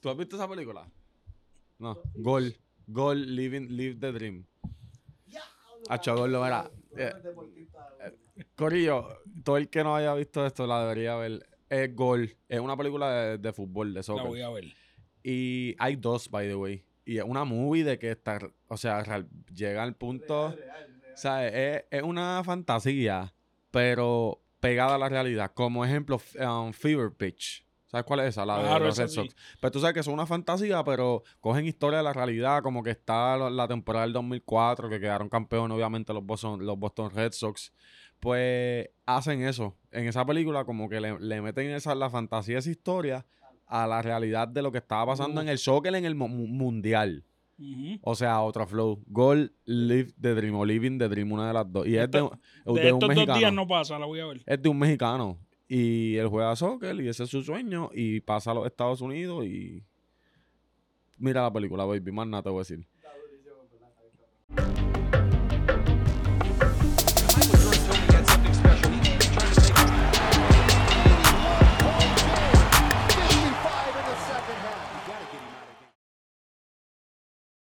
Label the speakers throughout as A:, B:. A: ¿Tú has visto esa película? No. Gol. Gol, Living, Live the Dream. Acho, Gordo, mira. eh, Corillo, todo el que no haya visto esto la debería ver. Es Gol. Es una película de, de fútbol, de
B: La
A: soccer.
B: voy a ver.
A: Y hay dos, by the way. Y es una movie de que está, o sea, real- llega al punto, o sea, es, es una fantasía, pero pegada a la realidad. Como ejemplo, f- um, Fever Pitch. ¿Sabes cuál es esa? La de
B: Claro,
A: los
B: esa
A: Red
B: sí.
A: Sox. Pero Pues tú sabes que es una fantasía, pero cogen historia de la realidad, como que está lo- la temporada del 2004, que quedaron campeones, obviamente, los Boston, los Boston Red Sox. Pues hacen eso. En esa película, como que le, le meten esa, la fantasía, esa historia, a la realidad de lo que estaba pasando en el soccer en el mu- mu- mundial.
B: Ujú.
A: O sea, otra flow. Goal, Live the Dream o Living the Dream, una de las dos. Y es de,
B: Esto-
A: de
B: De
A: un
B: estos
A: mexicano.
B: dos días no pasa, la voy a ver.
A: Es de un mexicano. Y él juega soccer y ese es su sueño. Y pasa a los Estados Unidos y. Mira la película, baby. Más nada te voy a decir.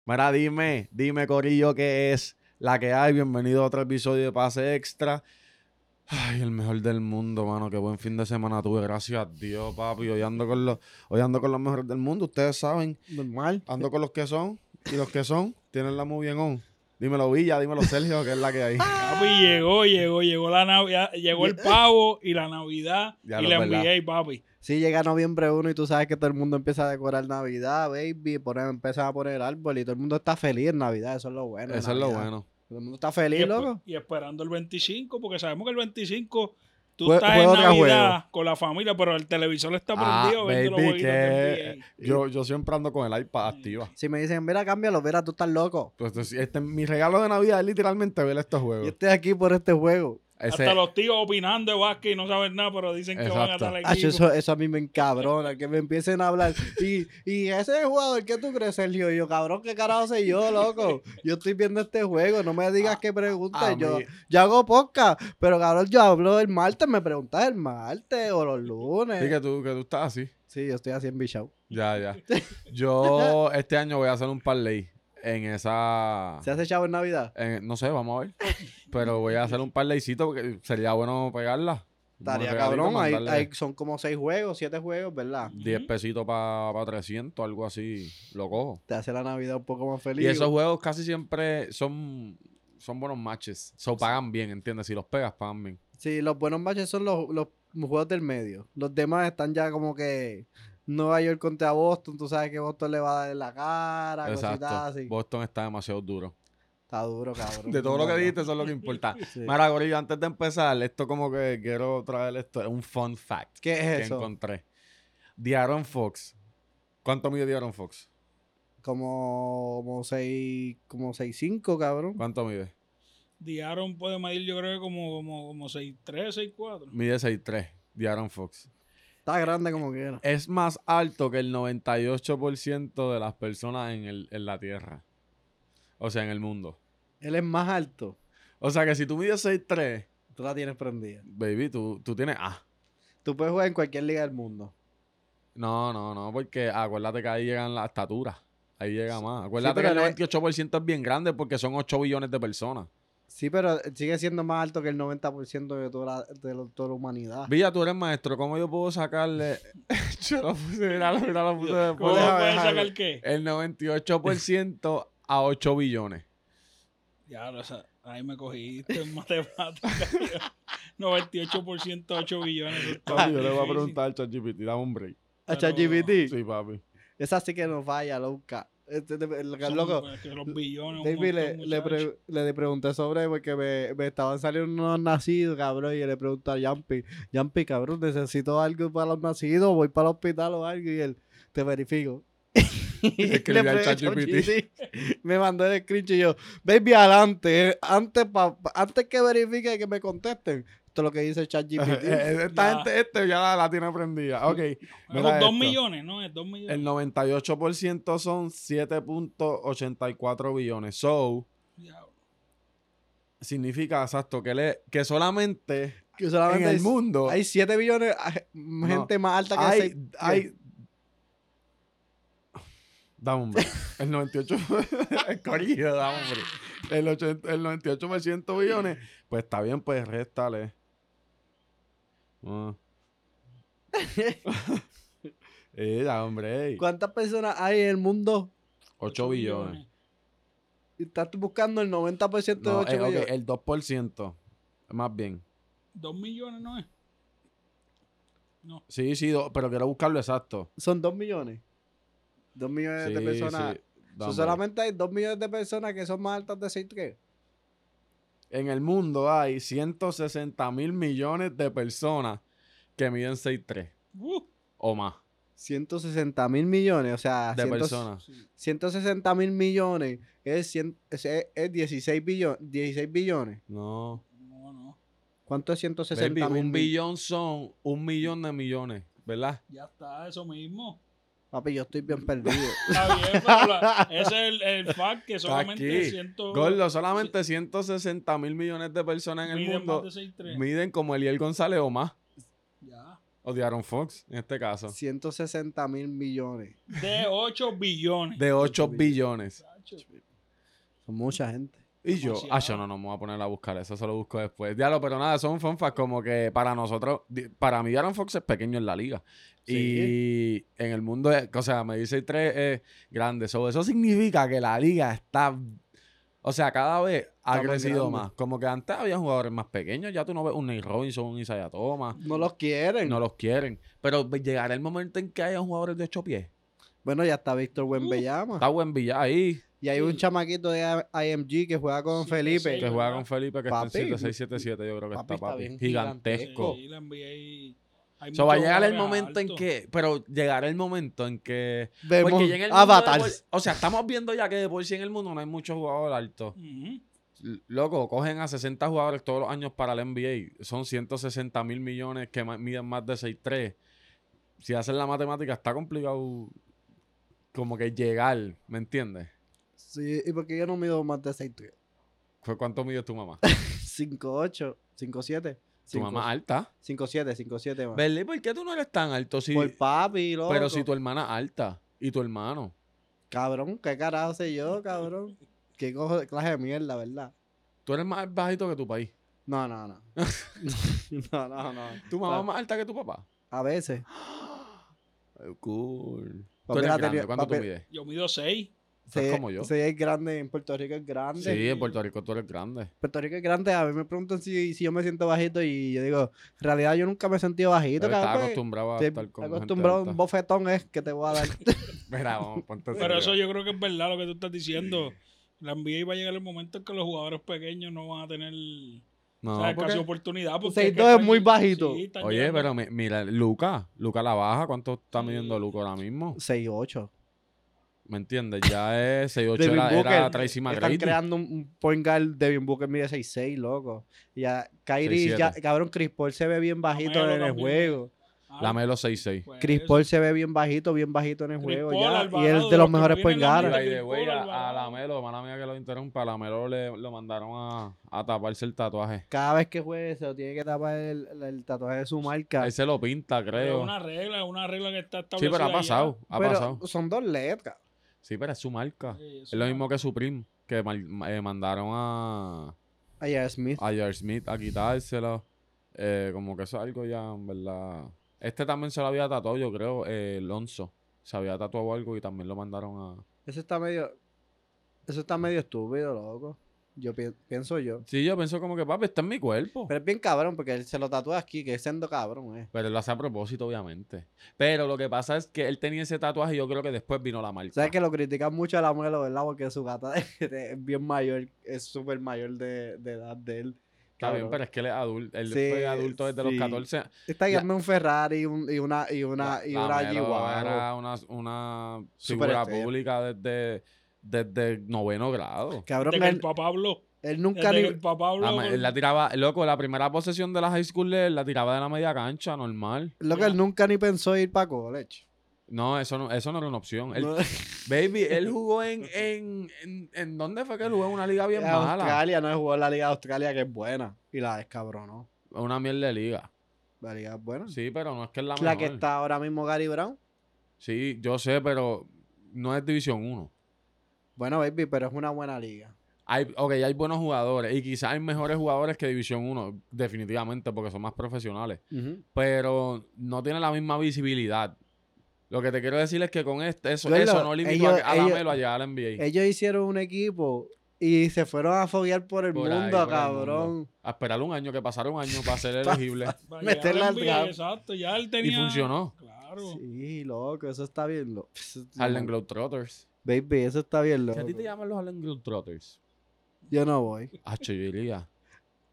A: Mira, dime, dime, Corillo, qué es la que hay. Bienvenido a otro episodio de Pase Extra. Ay, el mejor del mundo, mano. Qué buen fin de semana tuve. Gracias a Dios, papi. Hoy ando con los, hoy ando con los mejores del mundo. Ustedes saben,
C: Normal.
A: ando con los que son. Y los que son, tienen la muy bien on. Dímelo, Villa, dímelo, Sergio, que es la que hay.
B: Papi, llegó, llegó, llegó la Navidad, llegó el pavo y la Navidad
A: Ya
B: y
A: lo
B: la
A: es verdad.
B: NBA, papi.
C: Si llega noviembre 1 y tú sabes que todo el mundo empieza a decorar Navidad, baby, poner, empiezan a poner árbol y todo el mundo está feliz en Navidad, eso es lo bueno. de
A: Eso es lo
C: Navidad.
A: bueno.
C: Todo el mundo está
B: Y,
C: feliz,
B: espe-
C: loco.
B: y esperando el 25, porque sabemos que el 25 tú
C: Jue-
B: estás en
C: juego tras
B: Navidad con la familia, pero el televisor está
A: Ah,
B: prendido viendo los
A: baby,
B: jueguitos de
A: que-
B: NBA.
A: Yo, yo siempre ando con el iPad
B: Mm.
A: activa.
C: Si me dicen, mira, cámbialo, mira, tú estás loco.
A: Pues, entonces, este, mi regalo de Navidad es literalmente ver estos
C: Yo
A: juegos.
C: estoy aquí por este juego.
A: Ese-
B: Hasta los tíos opinando de básquet y no saben nada, pero dicen que van a
A: Exacto.
B: estar aquí.
C: Acho, eso, eso a mí me encabrona, que me empiecen a hablar. Y, y ese jugador, ¿qué tú crees, Sergio? Y yo, cabrón, ¿qué carajo sé yo, loco? Yo estoy viendo este juego, no me digas qué
A: Ah, a
C: preguntas.
A: mí-
C: Yo, yo hago podcast, pero cabrón, yo hablo el martes, me preguntas el martes o los
A: Sí,
C: lunes.
A: que tú, que tú estás así.
C: Sí, yo estoy así en Bichau.
A: Ya, ya. Yo este año voy a hacer un parlay en esa...
C: ¿Se hace chavo en Navidad?
A: en- Eh, no sé, vamos a ver. Pero voy a hacer un parlaycito porque sería bueno pegarla.
C: Estaría
A: Unos
C: cabrón,
A: regalitos,
C: hay,
A: mandarle
C: hay- son como seis juegos, siete juegos, ¿verdad?
A: 10 pesitos para 300, algo así. Lo cojo.
C: Te hace la Navidad un poco más feliz.
A: Y esos juegos casi siempre son, son buenos matches. So pagan bien, ¿entiendes? Si los pegas, pagan bien.
C: Sí, los buenos matches son los, los juegos del medio. Los demás están ya como que Nueva York contra Boston. Tú sabes que Boston le va a dar en la cara,
A: Exacto.
C: cositas así.
A: Boston está demasiado duro.
C: Está duro, cabrón.
A: De todo lo que
C: Bueno,
A: dijiste, eso es lo que importa.
C: sí.
A: Mira, Gorillo, antes de empezar, esto como que quiero traer esto. Es un fun fact
C: ¿Qué
A: que
C: es eso?
A: encontré. De Aaron Fox. ¿Cuánto mide Diaron Fox?
C: Como, como 6 como seis, cinco, cabrón.
A: ¿Cuánto mide?
B: Diaron puede medir, yo creo que como, como, como 6'3, 6'4.
A: Mide 6'3, Diaron Fox.
C: Está grande como quiera.
A: Es más alto que el 98% de las personas en, el- en la Tierra. O sea, en el mundo.
C: Él es más alto.
A: O sea, que si tú mides 6'3,
C: Tú la tienes prendida.
A: baby, tú, tú tienes A.
C: Tú puedes jugar en cualquier liga del mundo.
A: No, no, no, porque acuérdate que ahí llegan las estaturas. Ahí llega más.
C: Sí,
A: Acuérdate
C: pero no es-
A: que el 98% es bien grande porque son 8 billones de personas.
C: Sí, pero eh, sigue siendo más alto que el 90% de toda la, de lo- toda la humanidad.
A: Villa, tú eres maestro. ¿Cómo yo puedo sacarle? yo lo puse, mira, lo- mira, lo puse de
B: ¿Cómo
A: pole.
C: Déjame,
B: pueden
C: déjame.
B: sacar qué?
A: El 98% a 8 billones.
B: Ya, o sea, ahí me cogiste en matemáticas. 98% 8 billones. eso está
A: Papi, yo le voy a
B: difícil.
A: preguntar al ChatGPT, dame un break.
C: A
B: pero-
C: ChatGPT.
A: Sí, papi.
C: Esa sí que nos vaya, loca. Este, de- el-
B: Son,
C: loco,
B: pues, que los billones. un
C: David le,
B: montón,
C: le
B: muchacho.
C: pre- le pregunté sobre porque me, me estaban saliendo unos nacidos, cabrón, y le pregunté a Yampi, Yampi, cabrón, necesito algo para los nacidos, voy para el hospital o algo, y él, te verifico.
A: Es que le di al
C: pregunté,
A: ChatGPT.
C: "ChatGPT". me mandó el screenshot y yo, baby, adelante, eh, antes, pa- pa- antes que verifique que me contesten. Esto es lo que dice ChatGPT.
A: Eh, eh, Esta
B: Ya.
A: gente este ya la, la tiene prendida. Ok.
B: Bueno,
A: mira
B: dos
A: esto.
B: millones, ¿no? Es dos millones.
A: El 98% son 7.84 billones. So,
B: Diablo.
A: significa exacto que, le, que solamente
C: que solamente
A: en el
C: hay-
A: mundo
C: Hay 7 billones, ah, gente más alta que
A: hay,
C: seis-
A: hay Dame un break. El 98 es corrido, dame un break. El, 80, el 98 me siento billones. Pues está bien, pues réstale. Ah. eh, dame un break.
C: ¿Cuántas personas hay en el mundo?
A: 8 billones.
C: Y Estás buscando el 90% de
A: No,
C: 8
A: eh, ok,
C: billones.
A: el 2%. Más bien.
B: Dos millones no es.
A: Sí, sí, do- pero quiero buscarlo exacto.
C: Son 2 millones. 2 millones
A: Sí,
C: Eh, de
A: sí.
C: personas.
A: dame
C: So,
A: break.
C: solamente hay 2 millones de personas que son más altas de 6 que.
A: En el mundo hay 160 mil millones de personas que miden 6'3
B: Uh,
A: o más
C: 160 mil millones, o sea,
A: de
C: 100
A: personas.
B: sí.
C: 160 mil millones es, 100 es, es- es 16, billones 16 billones.
A: No.
B: No, no.
C: ¿Cuánto es 160
A: Baby,
C: mil
A: un
C: millones?
A: billón son un millón de millones, ¿verdad?
B: Ya está, eso mismo.
C: Papi, yo estoy bien perdido.
B: Está bien, pero la- ese es el, el fact que solamente
A: aquí.
B: siento.
A: Gordo, solamente 160 mil millones de personas en el
B: miden
A: mundo
B: más de 6'3".
A: miden como Eliel González o más.
B: Ya.
A: O de Aaron Fox, en este caso.
C: 160 mil millones.
B: De 8 billones.
A: De 8
C: Ocho
A: billones.
B: Chacho.
C: Son mucha gente.
A: Y yo,
B: Demasiado.
A: ah, yo no, no me voy a poner a buscar eso, se lo busco después. Diablo, pero nada, son fun facts como que para nosotros, di- para mí Aaron Fox es pequeño en la liga. Y en el mundo, es- o sea, me dice tres es grande. So, eso significa que la liga está, o sea, cada vez ha
C: Está más
A: crecido
C: grande.
A: más. Como que antes había jugadores más pequeños, ya tú no ves un Nate Robinson, un Isaiah Thomas,
C: No los quieren.
A: no los quieren. Pero llegará el momento en que haya jugadores de ocho pies.
C: Bueno, ya está Víctor Wembeyama.
A: Uh, Está buen Villa ahí,
C: Y hay un chamaquito de IMG que juega con
B: Sí,
C: Felipe.
B: sí,
A: que juega
B: ¿verdad?
A: con Felipe, que
C: Papi,
A: está en 7677, yo creo que
C: papi,
A: está,
C: está
A: papi.
C: bien
A: gigantesco.
B: Sí, la NBA. Hay
A: So, va a
B: muchos
A: llegar el
B: jugadores
A: momento en
B: altos.
A: que. Pero llegará el momento en que.
C: Vemos
A: Porque ya en el mundo
C: Avatar.
A: de por- o sea, estamos viendo ya que de por sí en el mundo no hay muchos jugadores altos.
B: Ujú.
A: L- Loco, cogen a 60 jugadores todos los años para el NBA. Son 160 mil millones que ma- miden más de 6'3. Si hacen la matemática, está complicado como que llegar, ¿me entiendes?
C: Sí, y porque yo no mido más de 6
A: Fue cuánto mide tu mamá.
C: 5'8, 5'7.
A: Tu mamá alta.
C: 5'7, 5'7 más.
A: Berlín, ¿por qué tú no eres tan alto? Si,
C: Por papi, loco.
A: pero si tu hermana alta y tu hermano.
C: Cabrón, ¿qué carajo sé yo, cabrón? ¿Qué cojo de clase de mierda, verdad?
A: Tú eres más bajito que tu país.
C: No, no, no. no, no, no.
A: ¿Tu mamá
C: Ah.
A: más alta que tu papá?
C: A veces.
A: Cool.
C: Eh,
A: ¿Tú
C: Papi
A: eres
C: la
A: grande?
C: tenía-
A: ¿Cuánto tú
C: papi-
A: mides?
B: Yo mido 6.
A: Tú eres
C: Sí,
A: como yo.
C: Sí, es grande. En Puerto Rico es grande.
A: Sí, en Puerto Rico tú eres grande.
C: Puerto Rico es grande. A mí me preguntan si, si yo me siento bajito y yo digo, en realidad yo nunca me he sentido bajito,
A: Pero estás
C: cabrón. porque
A: acostumbrado a
C: estoy
A: estar con gente
C: acostumbrado a
A: alta.
C: un bofetón es que te voy a dar.
A: Mira, vamos, ponte
B: Pero eso
A: serio.
B: yo creo que es verdad lo que tú estás diciendo. La NBA va a llegar el momento en que los jugadores pequeños no van a tener
A: No,
B: o sea,
A: porque-
B: casi oportunidad. Porque
C: Seis
B: que
C: dos es
B: están-
C: muy bajito.
B: están
A: Oye,
B: llegando-
A: pero mi- mira, Luca, Luca la baja, ¿cuánto está
B: Sí.
A: midiendo Luca ahora mismo?
C: 6'8.
A: ¿Me entiendes? Ya es 6'8
C: Devin
A: era,
C: Booker.
A: era Tracy
C: Están
A: McGrady.
C: creando un- un point guard de Booker mide 6'6, loco. Y Ya, Kyrie,
A: 6'7.
C: ya, cabrón, Chris Paul se ve bien bajito
B: Lamelo
C: en el
B: también.
C: juego.
B: Ah,
A: La Melo 6'6.
B: pues,
C: Chris Paul se ve bien bajito, bien bajito en el
B: Chris
C: juego.
B: Paul,
C: ya, y
B: Alvarado,
C: él es
B: de
C: de
B: los
C: los
B: que
C: mejores
B: vienen
C: point
A: Y
B: la mira,
C: guard.
A: by the
B: Chris
A: way,
B: Paul,
A: a, a
B: Alvarado.
A: Lamelo, mala mía que lo interrumpa, a Lamelo le, lo mandaron a, a taparse el tatuaje.
C: Cada vez que juegue se lo tiene que tapar el, el- el tatuaje de su marca.
A: Él se lo pinta,
B: pero es
A: creo.
B: una regla, es una regla que está
A: Sí,
B: establecida.
A: pero ha
B: ya.
A: pasado, ha
C: Pero
A: pasado.
C: son dos letras.
A: Sí, pero es su marca.
B: Sí,
A: Es lo mismo que Supreme, que mal- ma- eh, mandaron a,
C: Allá Smith.
A: a J.R. Smith a quitárselo. Eh, como que eso es algo ya, en verdad. Este también se lo había tatuado, yo creo, eh, Lonzo. Se había tatuado algo y también lo mandaron a...
C: Eso está medio. Eso está medio estúpido, loco. Yo pi- pienso yo.
A: Sí, yo pienso como que, papi, está en mi cuerpo.
C: Pero es bien cabrón porque él se lo tatúa aquí, que es siendo cabrón, eh.
A: Pero él lo hace a propósito, obviamente. Pero lo que pasa es que él tenía ese tatuaje y yo creo que después vino la marca.
C: Sabes que lo critican mucho a la muela, ¿verdad? Porque su gata es bien mayor, es súper mayor de, de edad de él.
A: Está bien,
C: Cabrón.
A: pero es que él es adulto. Él
C: Sí,
A: fue adulto desde
C: sí.
A: los 14.
C: Está
A: la-
C: guiando un Ferrari y, un- y una y una y
A: La-
C: una
A: Lamelo
C: G-Wagon.
A: Era una, una figura
C: Superestrella.
A: pública desde, desde el noveno grado.
C: Cabrón,
B: Desde que el
C: él,
B: papá habló.
C: él nunca
B: Desde que
C: ni...
B: el papá habló. pues,
A: La, ma-
B: con-
A: él la tiraba, loco, la primera posesión de la high school él la tiraba de la media cancha, normal.
C: Lo que él nunca ni pensó ir para college.
A: No, eso no, eso no era una opción. Él-
C: No,
A: Baby, él jugó en, en, en, en dónde fue que él jugó en una liga bien
C: en
A: mala.
C: Australia, no jugó en la Liga de Australia, que es buena. Y la descabronó.
A: Una mierda de liga.
C: La Liga es buena.
A: Sí, pero no es que es la
C: la
A: mejor.
C: que está ahora mismo Gary Brown.
A: Sí, yo sé, pero no es División 1.
C: Bueno, baby, pero es una buena liga.
A: Hay, ok, hay buenos jugadores y quizás hay mejores jugadores que División 1, definitivamente, porque son más profesionales. Pero no tiene la misma visibilidad. Lo que te quiero decir es que con este, eso,
C: Duelo,
A: eso no limitó
C: ellos-
A: a, a
C: ellos- eh.
A: Lamelo a llegar a la NBA.
C: Ellos hicieron un equipo y se fueron a foguear por el
A: Por ahí,
C: mundo,
A: por el
C: cabrón.
A: mundo. a esperar un año, que pasara un año para ser elegible.
B: Para llegar a
C: Meterla al
B: NBA,
C: draft.
B: Exacto, ya él
A: y
B: tenía.
A: funcionó.
B: Claro.
C: Sí, loco, eso está bien loco.
A: Harlem Globetrotters.
C: Baby, eso está bien
A: Si
C: loco.
A: a ti te llaman los Harlem Globetrotters,
C: Yo no voy.
A: hacho, yo iría.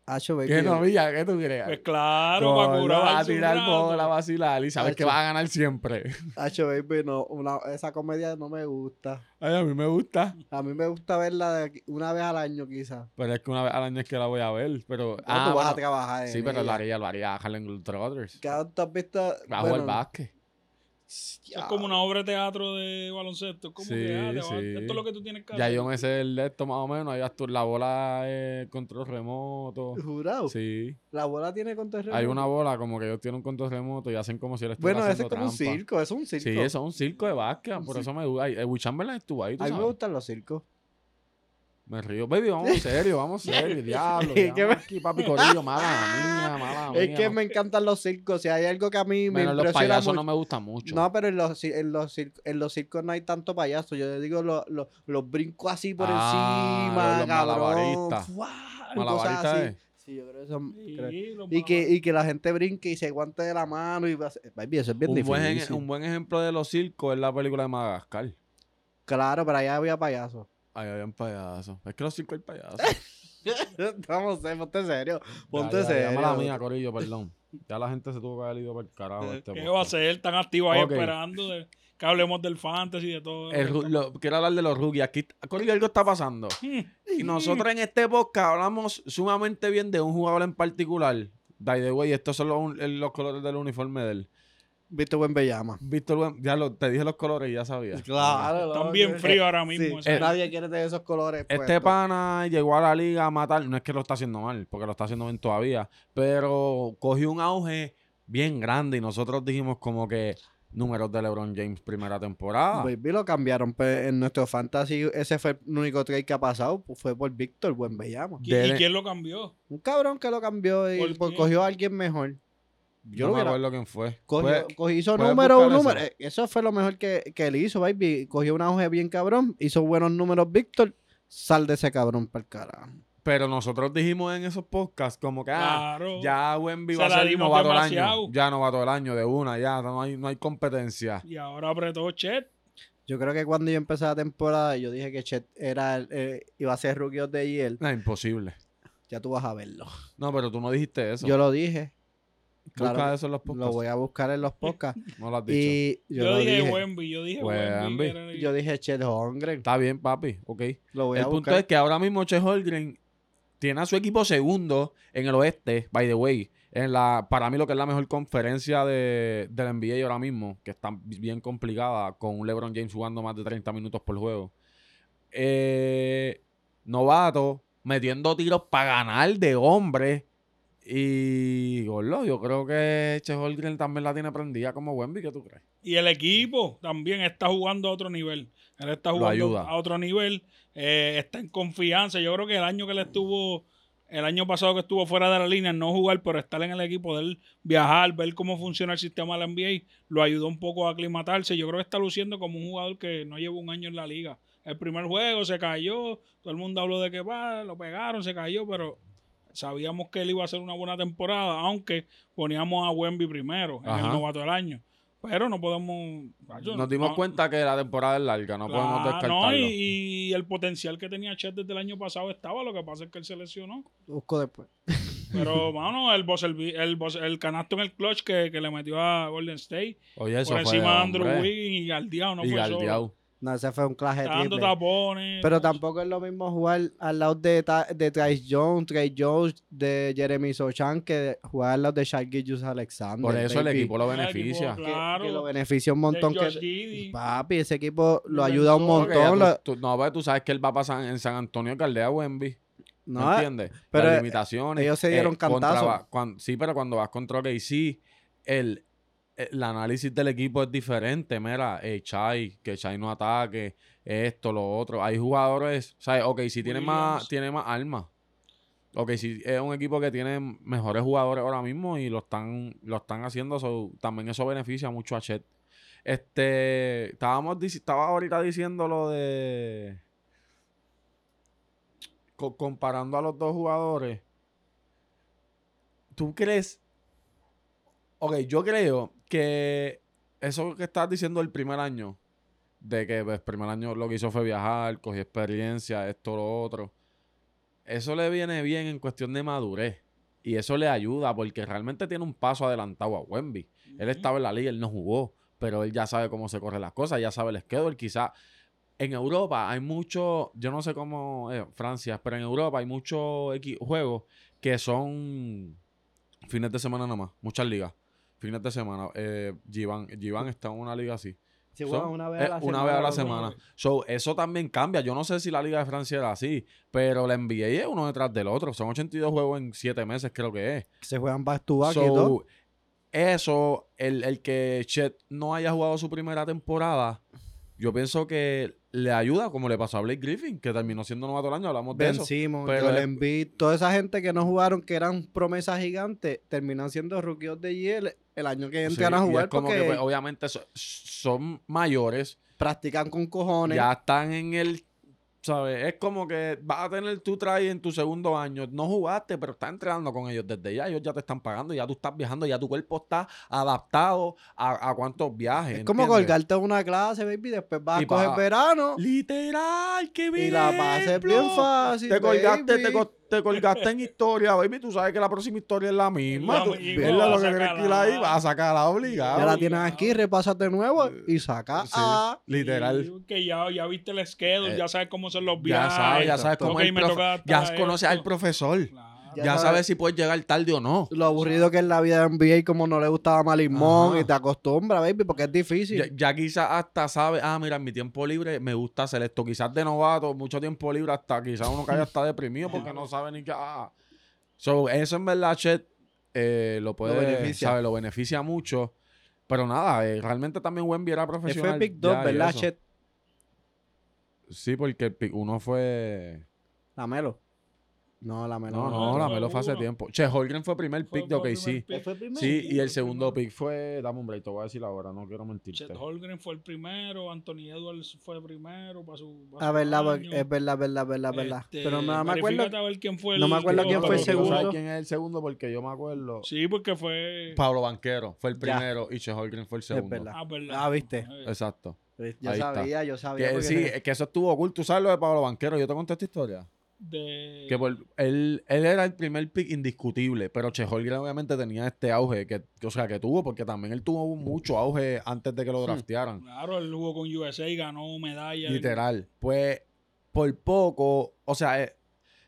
C: Hacho, baby.
A: ¿Qué no había? ¿Qué tú
B: Pues
A: crees?
B: claro,
A: No,
B: para
A: no,
B: curar.
A: a tirar bola, a vacilar y sabes que
C: Hacho.
A: vas a ganar siempre.
C: Hacho, baby, no. una- esa comedia no me gusta.
A: Ay, a mí me gusta.
C: A mí me gusta verla de aquí- una vez al año, quizás.
A: Pero es que una vez al año es que la voy a ver. Pero,
C: Ah, tú vas
A: bueno,
C: a trabajar. en
A: Sí, pero
C: ella.
A: lo haría, lo haría Harlem Globetrotters.
C: Cabrón, ¿tú has visto?
A: Bajo el
C: bueno,
A: básquet.
B: Es como una obra de teatro de baloncesto. Es como
A: Ah. Sí,
B: que, ah, te va-
A: sí.
B: esto es lo que tú tienes que
A: Ya
B: hacer.
A: yo me sé el de esto más o menos. Ahí vas tú, la bola eh, control remoto.
C: Jurado.
A: Sí.
C: La bola tiene control.
A: Hay una bola como que ellos tienen un control remoto y hacen como si él estuviera
C: Bueno, ese es
A: haciendo
C: como un
A: trampa.
C: circo, eso es un circo.
A: Sí, eso es un circo de básquet,
C: Un
A: por
C: circo.
A: eso me duda. El Chamberlain estuvo ahí, tú
C: A mí me
A: sabes.
C: gustan los circos.
A: Me río. Baby, vamos serio, vamos serio, diablo.
C: Es que
A: llama
C: me-
A: aquí, papi Corillo, mala mía, mala mía.
C: es que me encantan los circos. Si hay algo que a mí me
A: Menos los
C: impresiona
A: payasos
C: mucho.
A: no me gustan mucho.
C: No, pero en los, ci- en los, cir- en los circos no hay tanto payaso. Yo le digo lo- lo- los brincos así por
A: Ah,
C: encima,
A: los
C: cabrón.
A: malabaristas.
C: ¡fua!
A: Malabarista
C: Cosas así.
A: es.
C: Sí, yo creo que son- creo-
B: Sí, los
C: Y que,
B: malabares.
C: y que la gente brinque y se guante de la mano. Y va a ser- Baby, eso es bien
A: un, buen,
C: difícil.
A: eje- un buen ejemplo de los circos es la película de Madagascar.
C: Claro, pero allá había payasos.
A: Ahí habían payasos. Es que los circos hay payasos.
C: Vamos, eh, ponte serio. Ponte
A: Ya, ya, ya,
C: serio.
A: mala mía, Corillo, perdón. Ya la gente se tuvo que haber ido para el carajo. Este
B: ¿Qué
A: podcast.
B: va a ser? Están activos ahí
A: Ok.
B: esperando de- que hablemos del fantasy y de todo.
A: El ru- lo- quiero hablar de los rookies. Aquí, Corillo, algo está pasando.
B: Hmm,
A: Y nosotros en este podcast hablamos sumamente bien de un jugador en particular. By the way, estos son los, un- eh, los colores del uniforme de él.
C: Viste buen Bellama.
A: Víctor, Wem- ya lo- te dije los colores y ya sabía.
B: Están
C: loco.
B: bien fríos ahora
C: Sí,
B: mismo. o sea,
C: eh, nadie quiere tener esos colores. pues,
A: Este
C: puestos.
A: pana llegó a la liga a matar. No es que lo está haciendo mal, porque lo está haciendo bien todavía. Pero cogió un auge bien grande y nosotros dijimos como que números de LeBron James primera temporada.
C: pues, Baby lo cambiaron pe- en nuestro fantasy. Ese fue el único trade que ha pasado. pues, Fue por Víctor Buen Bellama.
B: ¿qui-
A: de-
B: ¿Y quién lo cambió?
C: Un cabrón que lo cambió y
B: ¿Por
C: por-
B: qué?
C: cogió a alguien mejor.
A: Yo no
C: yo lo
A: me
C: hubiera-
A: acuerdo quién fue.
C: Cogió,
A: Fue-
C: cogió- hizo
A: Pues, puedes
C: número, un
A: buscar eso.
C: número. eh, Eso fue lo mejor que, que él hizo, baby. Cogió una hoja bien cabrón. Hizo buenos números, Víctor. Sal de ese cabrón para el carajo.
A: pero nosotros dijimos en esos podcasts como que ah,
B: claro.
A: Ya Wemby
B: Se
A: va a
B: la
A: ser
B: dimos
A: novato del año.
B: demasiado.
A: Ya novato del año de una, ya no hay, no hay competencia.
B: Y ahora apretó Chet.
C: Yo creo que cuando yo empecé la temporada, yo dije que Chet era, el- eh, iba a ser rookie of the year.
A: No, imposible.
C: Ya tú vas a verlo.
A: No, pero tú no dijiste eso.
C: Yo lo dije.
A: Busca
C: claro,
A: eso en los podcasts.
C: Lo voy a buscar en los podcasts.
A: No lo has dicho.
C: y yo,
B: Yo,
C: lo
B: dije
C: dije.
B: Wemby. Yo dije
A: Wemby.
B: Wemby. era el-
C: Yo dije Chet Holmgren.
A: Está bien, papi. Ok.
C: Lo voy
A: El
C: a
A: punto
C: buscar.
A: es que ahora mismo Che Holgren tiene a su equipo segundo en el oeste, by the way. En la, para mí lo que es la mejor conferencia de, de la NBA ahora mismo, que está bien complicada, con un LeBron James jugando más de 30 minutos por juego. Eh, novato, metiendo tiros para ganar de hombre. Y, gordo, yo creo que Che Holgren también la tiene prendida como Wemby, ¿qué tú crees?
B: Y el equipo también está jugando a otro nivel. Él está
A: Lo
B: jugando
A: ayuda.
B: a otro nivel. eh, está en confianza. Yo creo que el año que él estuvo, el año pasado que estuvo fuera de la línea, no jugar, pero estar en el equipo de él, viajar, ver cómo funciona el sistema de la NBA, lo ayudó un poco a aclimatarse. Yo creo que está luciendo como un jugador que no lleva un año en la liga. El primer juego se cayó, todo el mundo habló de que va, lo pegaron, se cayó, pero sabíamos que él iba a hacer una buena temporada, aunque poníamos a Wemby primero en
A: Ajá.
B: el novato del año. Pero no podemos. macho,
A: Nos dimos
B: no-
A: cuenta que la temporada es larga, no
B: Claro,
A: podemos descartarlo.
B: no, y, y el potencial que tenía Chet desde el año pasado estaba, lo que pasa es que él se lesionó.
C: Busco después.
B: Pero, mano, el, buzzer bee- el, buzzer- el canasto en el clutch que, que le metió a Golden State,
A: Oye, eso
B: por
A: fue,
B: encima de Andrew
A: hombre.
B: Wiggins y Galdiao, no
A: y
B: fue solo.
A: Galdiao.
C: No, ese fue un clase
B: Está dando
C: triple.
B: tapones.
C: Pero tampoco es lo mismo jugar al lado de, Ta- de Trace Jones, Trace Jones, de Jeremy Sochan, que jugar al lado de Shaq Gilgeous Alexander.
A: Por eso el
C: baby.
A: equipo lo
B: El equipo,
A: beneficia.
C: Que,
A: Ok,
B: Claro.
C: que lo beneficia un
B: de
C: montón.
B: Josh
C: Que,
B: Giddey.
C: papi, ese equipo lo
B: Del
C: ayuda un
B: Sol.
A: ya
C: montón. lo-
A: tú- tú- no, pero tú sabes que él va a pasar en San Antonio Caldea Wemby. ¿Me
C: no,
A: entiendes?
C: pero,
A: Las
C: eh,
A: limitaciones.
C: ellos se dieron
A: contra
C: cantazo.
A: va- cuan- sí, pero cuando vas contra OKC, el eh, el análisis del equipo es diferente. Mira, eh, Chai, que Chai no ataque, esto, lo otro. Hay jugadores, ¿sabes? Ok, si tiene más,
B: Williams.
A: tiene más armas. Ok, si es un equipo que tiene mejores jugadores ahora mismo y lo están, lo están haciendo, so, también eso beneficia mucho a Chet. Este, estábamos, dic- estaba ahorita diciendo lo de... co- comparando a los dos jugadores, ¿tú crees Ok, yo creo que eso que estás diciendo el primer año, de que pues, primer año lo que hizo fue viajar, cogí experiencia, esto, lo otro, eso le viene bien en cuestión de madurez. Y eso le ayuda porque realmente tiene un paso adelantado a Wemby. Él estaba en la liga, él no jugó, pero él ya sabe cómo se corren las cosas, ya sabe el schedule. Quizá en Europa hay mucho, yo no sé cómo eh, Francia, pero en Europa hay muchos equi- juegos que son fines de semana nada más, muchas ligas. Fines de semana. Eh, Givan, Givan está en una liga así.
C: Sí,
A: So,
C: bueno, una vez a la
A: eh,
C: semana.
A: una vez a la
C: loco.
A: semana. So, eso también cambia. Yo no sé si la Liga de Francia era así, pero la NBA es uno detrás del otro. Son 82 juegos en 7 meses, creo que es.
C: Se juegan back to back y
A: So,
C: todo.
A: eso, el, el que Chet no haya jugado su primera temporada, yo pienso que le ayuda, como le pasó a Blake Griffin, que terminó siendo novato el año. Hablamos de
C: Ben
A: eso.
C: Simmons,
A: pero eh,
C: Joel
A: es-
C: Embiid, toda esa gente que no jugaron, que eran promesas gigantes, terminan siendo rookies de hiel el año que
A: Sí,
C: entran a
A: y es
C: jugar
A: como
C: porque
A: que, pues, obviamente, so- son mayores.
C: practican con cojones.
A: ya están en el. ¿Sabes? Es como que vas a tener tu try en tu segundo año. No jugaste, pero estás entrenando con ellos desde ya. Ellos ya te están pagando, ya tú estás viajando, ya tu cuerpo está adaptado a, a cuántos viajes.
C: es como
A: ¿entiendes?
C: colgarte una clase, baby, después vas
A: Y
C: a coger
A: pa-
C: verano
A: Literal, qué bien.
C: y la pasas bien fácil.
A: Te colgaste,
C: baby.
A: te, co- te colgaste en historia, baby. Tú sabes que la próxima historia es la misma.
B: La
A: tú,
B: misma,
A: verla
B: vas
A: lo
B: a
A: que tienes que ir
B: sacarla.
A: ahí, vas a sacarla
C: Ya
A: obligado.
C: la tienes aquí, repasas de nuevo y saca.
A: Eh, Sí,
C: Ah,
A: literal.
B: Y que ya, ya viste el schedule,
A: Eh,
B: ya sabes cómo son los
A: Ya
B: viajes.
A: sabes, ya sabes
C: exacto.
A: cómo
B: Ok,
A: es el
B: me
A: profe-
B: toca
A: Ya
B: hasta
A: conoces al
B: esto.
A: profesor.
B: Claro.
A: Ya,
C: Ya
A: sabes
C: sabes.
A: si puedes llegar tarde o no.
C: lo aburrido que es la vida de NBA y como no le gustaba a Malimón
A: Ajá.
C: y te acostumbra, baby, porque es difícil.
A: Ya, ya quizás hasta sabe, ah, mira, en mi tiempo libre me gusta hacer esto. Quizás de novato, mucho tiempo libre, hasta quizás uno cae hasta deprimido porque no sabe ni qué. ah. So, eso en verdad, Chet, eh, lo puede,
C: beneficia.
A: sabe, Lo beneficia mucho. Pero nada, eh, realmente también Wemby era
C: Ese
A: profesional.
C: fue Big
A: ya,
C: 2,
A: y
C: ¿verdad,
A: eso.
C: Chet?
A: Sí, porque el pick uno fue.
C: La Melo. No, la Melo.
A: No,
B: no,
A: no, la
B: fue
A: Melo fue hace
B: uno.
A: tiempo. Che, Holgren fue primer
B: Fue-
A: pick de
B: fue
A: OKC.
B: primer pick.
C: ¿Él fue primero?
A: Sí, y el
B: Fue
A: segundo
B: primero.
A: pick fue. Dame un break, te voy a decir la hora, no quiero mentirte.
B: Chet Holgren fue el primero, Anthony Edwards fue el primero para su. para
C: Ah,
B: su
C: verdad,
B: año.
C: porque- es verdad, verdad, verdad, verdad.
B: Este,
C: Pero no me acuerdo.
B: verifícate a ver quién fue
C: no me
B: el-
C: acuerdo
A: No,
C: quién
A: pero
C: fue el
A: tú sabes
C: segundo.
A: quién es el segundo porque yo me acuerdo.
B: Sí, porque fue.
A: Pablo Banquero fue el
C: Ya.
A: primero y Che Holgren fue el segundo.
C: verdad.
B: Ah, verdad.
C: Ah, viste.
A: Exacto.
C: Yo
A: Ahí está.
C: sabía, yo sabía.
A: Que,
C: porque
A: sí, es que eso estuvo cool. Tú sabes lo de Pablo Banquero. Yo te conté esta historia.
B: De...
A: Que por- él, él era el primer pick indiscutible, pero Che Holgren obviamente tenía este auge que, o sea, que tuvo, porque también él tuvo mucho auge antes de que lo
C: Hmm.
A: draftearan.
B: Claro, él jugó con USA y ganó medalla.
A: Literal. Pues por poco, o sea, eh,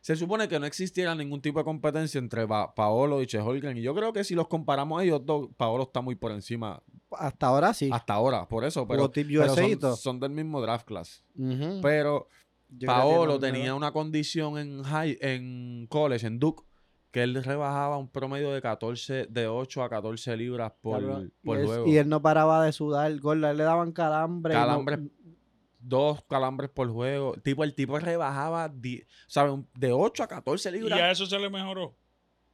A: se supone que no existiera ningún tipo de competencia entre Pa- Paolo y Che Holgren. Y yo creo que si los comparamos a ellos dos, Paolo está muy por encima
C: Hasta ahora sí.
A: hasta ahora, por eso. Pero
C: Pero, tip
A: Pero
C: USA y todo.
A: son, son del mismo draft class.
C: Ujú.
A: Pero
C: Yo creo que
A: Paolo
C: no,
A: tenía
C: ¿verdad?
A: una condición en, high, en college, en Duke, que él rebajaba un promedio de 14, de 8 a 14 libras por,
C: Cabrón,
A: por
C: y él-
A: juego.
C: Y él no paraba de sudar, gorda. Él le daban calambre. y no-
A: Calambre. Dos calambres por juego. Tipo, el tipo rebajaba die- ¿sabe? Un- de 8 a 14
B: Y
A: libras.
B: a eso se le mejoró.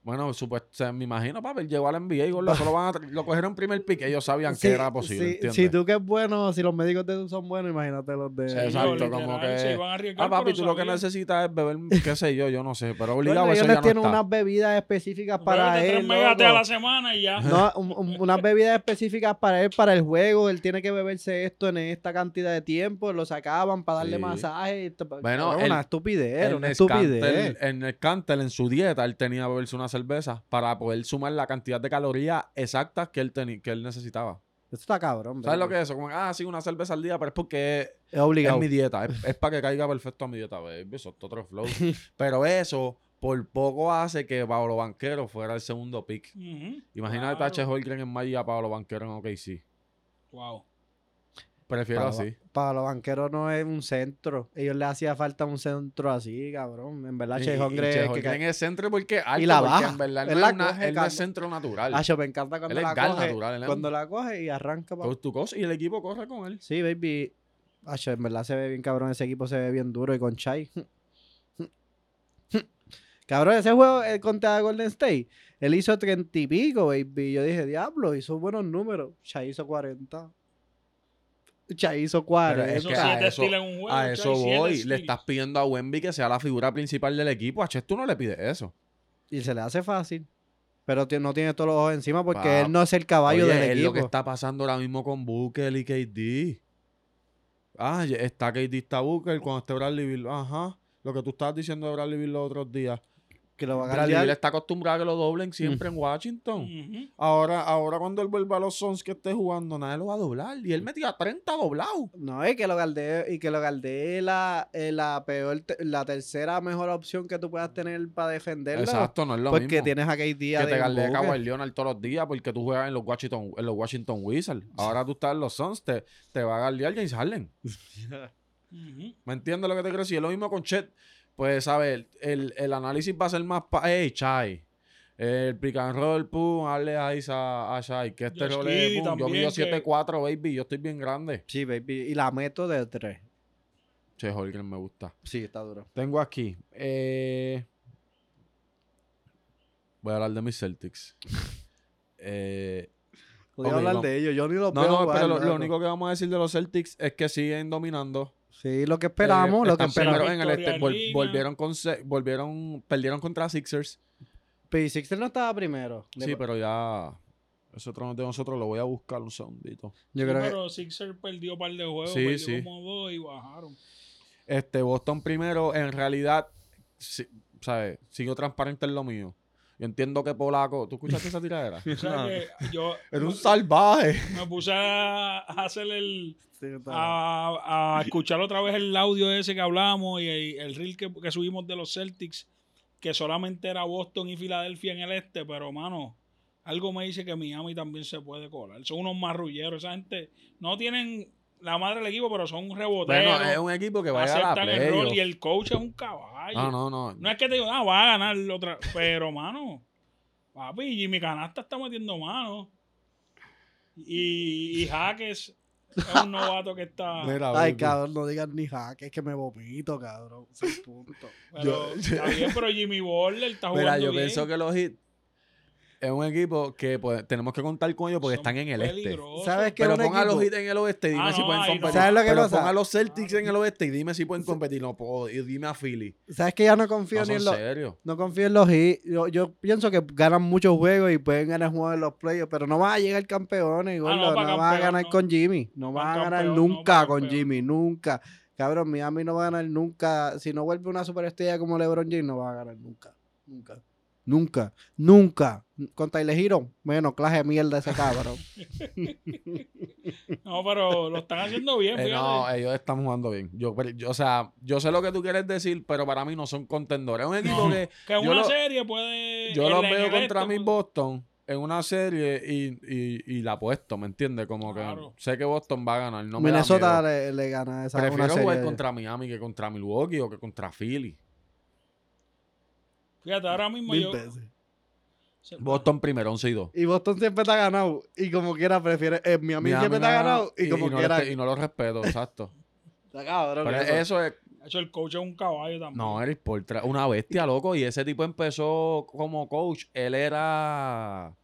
A: Bueno, supuesto, se- me imagino, papi, él llegó al NBA y gordo, eso lo, van a tra- lo cogieron primer pick. Ellos sabían
C: Sí,
A: que era posible.
C: sí,
A: ¿entiendes?
C: Si tú que es bueno, si los médicos de tú son buenos, imagínate los de.
A: Sí,
B: Sí,
A: Exacto,
B: literal,
A: como que-
B: Se iban a arriesgar,
A: Ah, papi,
B: pero
A: tú lo que
B: sabían.
A: necesitas es beber, qué sé yo, yo no sé, pero obligado
C: Bueno,
A: eso
C: ellos
A: ya
C: les
A: no
C: tienen
A: está.
C: unas bebidas específicas para
B: Bébete tres
C: él.
B: megates a
C: loco.
B: la semana y ya.
C: No, un- un- unas bebidas específicas para él, para el juego. Él tiene que beberse esto en esta cantidad de tiempo. Lo sacaban para darle
A: Sí.
C: masaje. y t-
A: Bueno,
C: cabrón,
A: el-
C: una estupidez,
A: en
C: una
A: el
C: estupidez.
A: Cantel- en el Cantel, en su dieta, él tenía que beberse una cerveza para poder sumar la cantidad de calorías exactas que él, teni- que él necesitaba.
C: Esto está cabrón.
A: ¿Sabes lo
C: baby.
A: que es eso? Como, ah, sí, una cerveza al día, pero es porque es,
C: es obligado?
A: mi dieta. Es, para que caiga perfecto a mi dieta, baby. Eso es otro flow. pero eso por poco hace que Pablo Banquero fuera el segundo pick.
B: Ujú,
A: Imagínate a
B: claro.
A: Tache Holgren en May y a Pablo Banquero en OKC.
B: Wow.
A: Prefiero
C: Para,
A: así.
C: para los banqueros no es un centro. Ellos le hacía falta un centro así, cabrón. En verdad,
A: Y-
C: Che
A: y- y
C: Hungry
A: Che
C: es
A: Hungry
C: que
A: en el centro porque es alto,
C: la
A: porque
C: baja.
A: en verdad
C: Es
A: él no
C: la
A: es, na-
C: cosa,
A: él no es
C: Carlos.
A: centro natural.
C: Acho, me encanta cuando
A: él es
C: la
A: gal
C: coge.
A: natural. Él es
C: Cuando la coge y arranca. pa-
A: un coast to coast y el equipo corre con él.
C: Sí, baby. Acho, en verdad se ve bien cabrón. Ese equipo se ve bien duro y con Chai. cabrón, ese juego eh, contra Golden State. Él hizo treinta y pico, baby. Yo dije, diablo, hizo buenos números. Chai hizo 40. Chai hizo 40.
A: es
B: Esos
A: que a
B: siete
A: eso-
B: estilos en un juego.
A: a
B: Chai,
A: eso
B: siete
A: voy. Le
B: estilos.
A: estás pidiendo a Wemby que sea la figura principal del equipo. A Chet tú no le pides eso.
C: Y se le hace fácil. Pero ti- no tiene todos los ojos encima porque
A: Pap-
C: él no es el caballo
A: Oye,
C: del
A: es
C: equipo.
A: lo que está pasando ahora mismo con Booker y KD. Ah, ya está KD, está Booker cuando esté Bradley Bill. Ajá. Lo que tú estabas diciendo de Bradley Bill los otros días.
C: que lo va a
A: Bradley
C: ganar.
A: Beal está acostumbrado a que lo doblen siempre en Washington.
B: Ujú.
A: Ahora, ahora cuando él vuelva a los Suns que esté jugando, nadie lo va a doblar. Y él metía 30 doblado.
C: No, y que lo galdee, y que lo galdee la, eh, la peor, te- la tercera mejor opción que tú puedas tener para defenderlo.
A: Exacto, no es lo
C: porque
A: mismo.
C: Pues tienes a Kate Díaz
A: Pues que te
C: de
A: galdee a
C: Booker.
A: Kawhi Leonard todos los días porque tú juegas en los Washington, en los Washington Wizards. Ahora tú estás en los Suns, te, te va a galdear James Harden.
B: Ujú.
A: ¿Me entiendes lo que te quiero decir? Es lo mismo con Chet. Pues, ¿sabes? El, el análisis va a ser más... Pa ¡Ey, Chai! El pick and roll, pum, hazle ice a, a Chai. Que este
B: Josh
A: rol es,
B: Giddey
A: pum, Yo
B: también,
A: mido
B: que-
A: 7'4", baby. Yo estoy bien grande.
C: Sí, baby. Y la meto de tres.
A: Che, Holger, me gusta.
C: Sí, está duro.
A: Tengo aquí. eh, voy a hablar de mis Celtics. Eh,
C: Podía
A: Ok,
C: hablar
A: vamos.
C: de ellos. Yo ni lo
A: no,
C: veo
A: no,
C: jugar,
A: pero lo, lo
C: loco.
A: único que vamos a decir de los Celtics es que siguen dominando.
C: Sí, lo que esperamos,
A: Eh,
C: lo que
A: están primero
C: esperamos.
A: en el este, vol-
B: Victoria Liga.
A: volvieron, con se- volvieron, perdieron contra Sixers.
C: P60 no estaba primero.
A: Sí, pero ya. Eso otro de nosotros lo voy a buscar un segundito.
C: Yo
B: Sí,
C: creo que
B: pero Sixer perdió un par de juegos,
A: Sí,
B: perdió
A: sí.
B: como dos y bajaron.
A: Este, Boston primero, en realidad, si- ¿sabes? Sigo transparente en lo mío. Yo entiendo que Polaco. ¿Tú escuchaste esa tiradera?
B: O sea que yo
A: Era un salvaje.
B: me puse a a hacer el
C: sí, está-
B: a, a escuchar otra vez el audio ese que hablamos y, y el reel que, que subimos de los Celtics, que solamente era Boston y Filadelfia en el este, pero mano, algo me dice que Miami también se puede colar. Son unos marrulleros, esa gente no tienen la madre del equipo, pero son reboteros.
A: Bueno, es un equipo que vaya a la
B: aceptan el rol
A: playoff.
B: y el coach es un caballo.
A: No, no, no.
B: No es que te digo, ah, va a ganar la otra. Pero, mano, papi, Jimmy Canasta está metiendo mano. Y, y Jaques es un novato que está.
A: Mira,
C: Ay,
A: Burbu.
C: cabrón, no digas ni jaque, es que me vomito, cabrón. Seis puntos.
A: yo-
B: Pero, está bien, pero Jimmy Butler está jugando.
A: Mira, yo
B: bien.
A: pienso que los Heat es un equipo que pues, tenemos que contar con ellos porque
B: Son
A: están en el este.
B: peligrosos.
C: ¿Sabes qué?
A: Pero
C: un
A: pon a los
C: equipo-
A: Heat en el oeste y dime
B: Ah,
A: si
B: no,
A: pueden
B: ahí
A: competir.
B: no. Ah,
C: ¿Sabes lo que
A: Pero
C: pasa?
A: pon a los Celtics en el oeste y dime si pueden competir. No puedo. Y dime a Philly.
C: ¿Sabes que ya no confío
A: No
C: ni
A: son
C: en los
A: serios.
C: No confío en los Heat. Yo, yo pienso que ganan muchos juegos y pueden ganar juegos en los playoffs, pero no van a llegar campeones, gordo.
B: Ah, no,
C: no
B: pa'
C: van a
B: campeón,
C: ganar
B: no.
C: con Jimmy. No
B: Pa'
C: van a ganar
B: campeón, no,
C: nunca
B: pa'
C: con
B: campeón.
C: Jimmy, nunca. Cabrón, Miami no va a ganar nunca. Si no vuelve una superestrella como LeBron James, no va a ganar nunca. Nunca. Nunca. Nunca. Con Tyler Hero, menos clase de mierda ese cabrón.
B: No, pero lo están haciendo bien.
A: Eh,
B: fíjate.
A: no, ellos están jugando bien. Yo, pero yo- o sea, yo sé lo que tú quieres decir, pero para mí no son contendores. Es un equipo
B: No.
A: que
B: que en
A: yo
B: una
A: lo-
B: serie puede.
A: yo
B: en
A: los
B: la- en
A: veo
B: el
A: contra
B: este,
A: mi
B: pues,
A: Boston en una serie y, y, y la apuesto, ¿me entiendes? Como
B: Claro.
A: que sé que Boston va a ganar. No me da miedo.
C: Minnesota le, le gana esa una
A: Prefiero
C: serie.
A: jugar
C: de-
A: contra Miami que contra Milwaukee o que contra Philly.
B: Fíjate, ahora mismo
C: mil
B: yo.
C: veces.
B: se-
A: Boston primero, 11 y 2.
C: Y Boston siempre te ha ganado. Y como quiera, prefiere. eh, Miami, siempre te ha ganado. Y, como
A: no
C: quiera.
A: respe- y no lo respeto, exacto.
C: Está cabrón,
A: Pero
C: eso.
A: eso es.
B: de hecho, el coach es un caballo también.
A: No, Eric Portra, una bestia, loco. Y ese tipo empezó como coach. Él era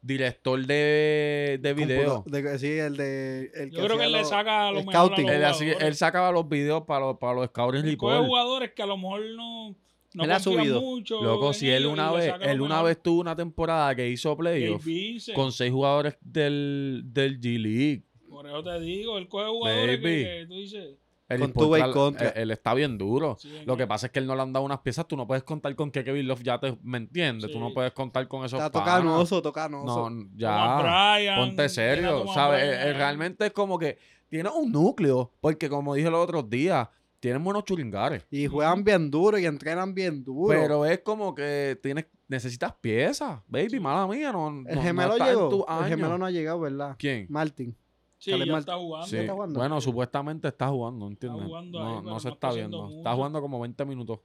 A: director de, de video.
C: Computa- de- sí, el de. El
B: yo creo que
C: hacía
B: él le
C: los-
B: saca lo
C: el
B: mejor. a
C: scouting.
B: los
A: Él, así-
B: jugadores.
A: él sacaba los videos para los, para los scouting
B: Hay
A: report.
B: jugadores que a lo mejor no, no
C: Él ha
B: confían
C: subido.
B: mucho.
A: Loco,
B: en
A: si él
B: ellos y
A: una
B: le
A: vez,
B: saca lo
A: él una
B: mejor.
A: vez tuvo una temporada que hizo
B: Gabe
A: playoffs
B: Vincent,
A: con seis jugadores del, del G League.
B: Por eso te digo, él coge jugadores que,
A: Baby.
B: que tú dices.
A: Eric
C: Con Tuve y
A: Portland,
C: contra.
A: eh, Él, está bien duro.
B: Sí, es
A: Lo
B: que-
A: que pasa es que él no le han dado unas piezas. Tú no puedes contar con que Kevin Love ya te. ¿Me entiendes? Tú
B: Sí.
A: no puedes contar con esos.
C: Está
A: panas.
C: tocanoso, tocanoso.
A: No,
B: Thomas
A: ya.
B: Bryant,
A: Ponte
B: tiene a
A: serio,
B: Thomas
A: ¿sabes? Eh,
B: Bryant.
A: eh, realmente es como que tiene un núcleo, porque como dije los otros días, tienen buenos churingares.
C: Y juegan bien duro y entrenan bien duro.
A: Pero es como que tienes, necesitas piezas, baby, mala mía. No, no-
C: el
A: no
C: gemelo
A: está en
C: llegó.
A: tus
C: El
A: años.
C: gemelo no ha llegado, ¿verdad?
A: ¿Quién?
C: Martin.
B: Sí,
C: Caleb
B: ya
C: Mart-
B: está jugando.
A: Sí.
C: está jugando?
A: Bueno, supuestamente está jugando, ¿entiendes?
B: jugando ahí,
A: no
B: pero
A: no se
B: no
A: está
B: está haciendo
A: viendo.
B: mucho.
A: Está jugando como 20 minutos.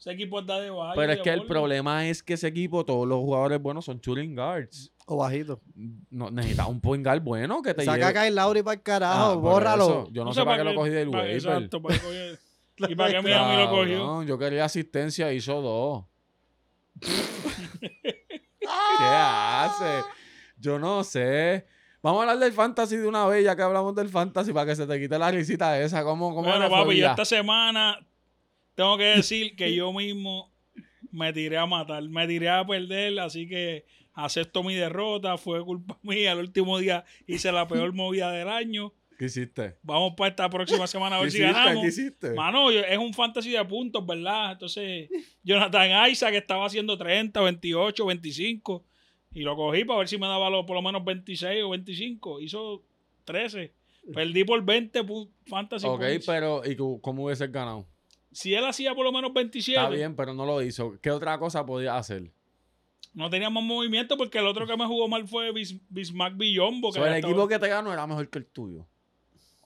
B: Ese equipo está de baja.
A: Pero es que el problema es que ese equipo, todos los jugadores buenos son shooting guards.
C: O bajito.
A: No, necesitas un point guard bueno que te
C: Saca
A: lleve.
C: a Kyle Lowry para el
A: Ah,
C: carajo,
A: por
C: bórralo.
A: eso, Yo no sé para qué lo cogí del
B: para-
A: waiver.
B: Exacto, para qué cogió- ¿Y para qué Miami lo cogió?
A: Cabrón, Yo quería asistencia, hizo dos. ¿Qué hace? Yo no sé. Vamos a hablar del fantasy de una vez, ya que hablamos del fantasy, para que se te quite la risita esa. ¿Cómo, cómo
B: Bueno,
A: la
B: papi, yo
A: fobia?
B: esta semana tengo que decir que yo mismo me tiré a matar, me tiré a perder, así que acepto mi derrota, fue culpa mía. El último día hice la peor movida del año.
A: ¿Qué hiciste?
B: Vamos para esta próxima semana a
A: ¿Qué
B: ver si
A: hiciste?
B: ganamos.
A: ¿Qué hiciste?
B: Mano, yo- es un fantasy de puntos, ¿verdad? Entonces, Jonathan Isaac estaba haciendo 30, 28, 25. Y lo cogí para ver si me daba lo- por lo menos 26 o 25. Hizo 13. Perdí por 20 pu- fantasy
A: Ok,
B: points.
A: pero ¿y cu- cómo hubieses ganado?
B: Si él hacía por lo menos 27,
A: Está bien, pero no lo hizo. ¿Qué otra cosa podía hacer?
B: no tenía más movimiento porque el otro que me jugó mal fue Bis- Bismack Villombo.
A: So, el equipo que te ganó era mejor que el tuyo.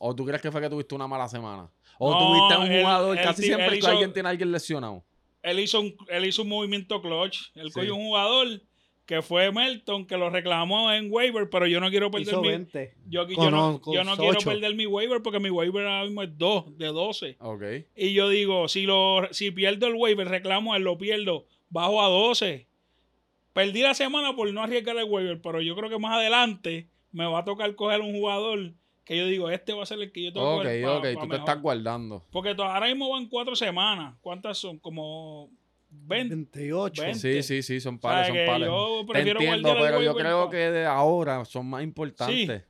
A: ¿O tú crees que fue que tuviste una mala semana? ¿O
B: No,
A: tuviste a un
B: él-
A: jugador?
B: él
A: casi
B: ti- él
A: siempre que
B: hizo-
A: alguien tiene a alguien lesionado.
B: él hizo un, él hizo un movimiento clutch. Él
A: Sí.
B: cogió un jugador que fue Melton, que lo reclamó en waiver, pero yo no quiero perder
C: Hizo
B: mi...
C: 20.
B: Yo, yo
C: Con
B: no,
C: on- con
B: yo no quiero
C: ocho.
B: perder mi waiver porque mi waiver ahora mismo es 2 de 12.
A: Ok.
B: Y yo digo, si, lo, si pierdo el waiver, reclamo a él, lo pierdo, bajo a 12. Perdí la semana por no arriesgar el waiver, pero yo creo que más adelante me va a tocar coger un jugador que yo digo, este va a ser el que yo tengo
A: Ok,
B: que coger. pa-
A: ok.
B: pa
A: Tú te
B: mejor.
A: estás guardando.
B: Porque to- ahora mismo van cuatro semanas. ¿Cuántas son? Como 20.
C: 28.
B: Veinte.
A: Sí, sí, sí. Son
B: O sea,
A: pales, son
B: que
A: pales.
B: Yo
A: Te
B: prefiero
A: entiendo,
B: guardar el
A: pero yo
B: waiver
A: creo
B: pa-
A: que de ahora son más importantes.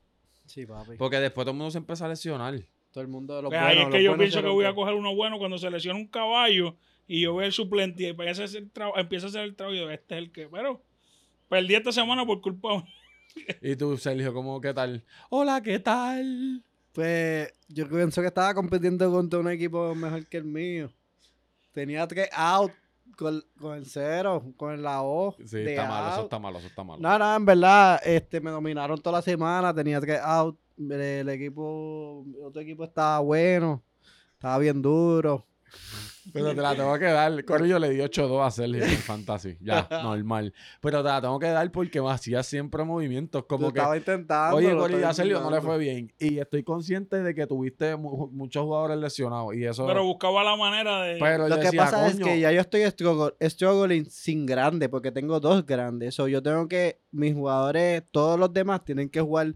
C: Sí, papi.
A: Porque después todo el mundo se empieza a lesionar.
C: Todo el mundo de los
B: Pues
C: buenos.
B: ahí es
C: los
B: que yo
C: buenos
B: pienso
C: se
B: que voy a
C: rompen.
B: coger uno bueno cuando se lesiona un caballo y yo veo el suplente y empieza a hacer el trabajo, empieza a hacer el trabajo y yo, este es el que, pero perdí esta semana por culpa mía.
A: Y tú, Sergio, ¿cómo qué tal? Hola, ¿qué tal?
C: Pues yo pienso que estaba compitiendo contra un equipo mejor que el mío. Tenía tres out con, con el cero, con la O.
A: Sí,
C: de
A: está malo, eso
C: out.
A: está malo, eso está malo.
C: No, no, en verdad, este, me dominaron toda la semana, tenía tres out, el, el equipo, el otro equipo estaba bueno, estaba bien duro.
A: Pero te la tengo que dar. Corillo le di 8-2 a Sergio en Fantasy. Ya, normal. Pero te la tengo que dar porque hacía siempre movimientos.
C: Como
A: Como que,
C: estaba intentando.
A: oye,
C: lo
A: Corillo,
C: estaba
A: a Sergio no le
C: intentando.
A: fue bien. Y estoy consciente de que tuviste mu- muchos jugadores lesionados. Y eso.
B: Pero buscaba la manera de.
A: pero yo
C: Lo que
A: decía,
C: pasa es
A: "Coño".
C: que ya yo estoy struggle- struggling sin grande, porque tengo dos grandes. So, yo tengo que, mis jugadores, todos los demás tienen que jugar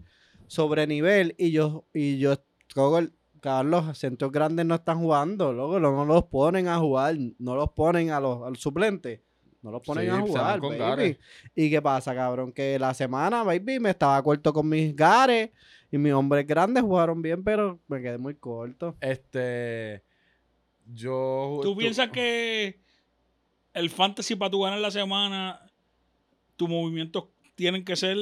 C: sobre nivel y yo, y yo struggle. Cabrón, los centros grandes no están jugando, loco, no no los ponen a jugar, no los ponen a los, al suplente, no los ponen
A: Sí,
C: a
A: se van
C: jugar,
A: con
C: baby.
A: gares.
C: ¿Y qué pasa, cabrón? Que la semana, baby, me estaba corto con mis gares y mis hombres grandes jugaron bien, pero me quedé muy corto.
A: Este. Yo.
B: ¿Tú piensas que el fantasy para tu ganar la semana, tus movimientos tienen que ser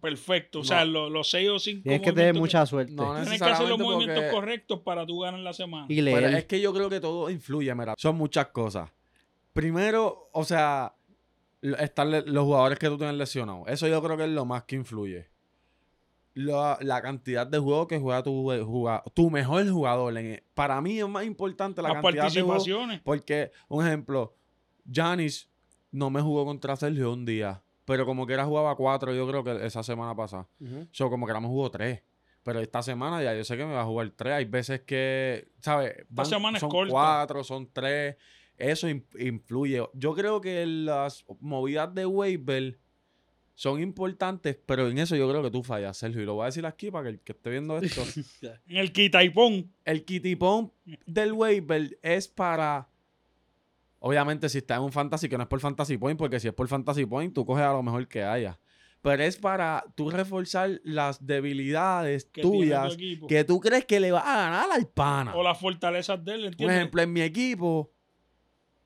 B: perfectos? O sea, lo- los 6 o 5.
C: Tienes que tener mucha suerte.
A: No
B: Tienes que hacer los
A: necesariamente
B: movimientos
A: porque-
B: correctos para tu ganar la semana.
C: y
A: Pero
C: leer.
A: es que yo creo que todo influye, mira. Son muchas cosas. Primero, o sea, lo- estar le- los jugadores que tú tienes lesionados. Eso yo creo que es lo más que influye. La, la cantidad de juegos que juega tu, jue- juga- tu mejor jugador. en- para mí es más importante la
B: Las
A: cantidad de juegos.
B: participaciones.
A: Porque, un ejemplo, Janis no me jugó contra Sergio un día. Pero como que era jugaba cuatro, yo creo que esa semana pasada.
C: Ujú.
A: Yo como que ahora me jugó tres. Pero esta semana ya yo sé que me va a jugar tres. Hay veces que, ¿sabes? Van-
B: semana es
A: son
B: corta.
A: cuatro, son tres. Eso in- influye. Yo creo que las movidas de waiver son importantes, pero en eso yo creo que tú fallas, Sergio. Y lo voy a decir aquí para que el que esté viendo esto.
B: En el quitaipón.
A: el kitipón del waiver es para... Obviamente si está en un fantasy, que no es por fantasy point, porque si es por fantasy point, tú coges a lo mejor que haya. Pero es para tú reforzar las debilidades
B: Que tiene tu
A: tuyas
B: equipo.
A: que tú crees que le vas a ganar al pana.
B: O las fortalezas de él,
A: Por
B: ¿entiendes?
A: ejemplo, en mi equipo,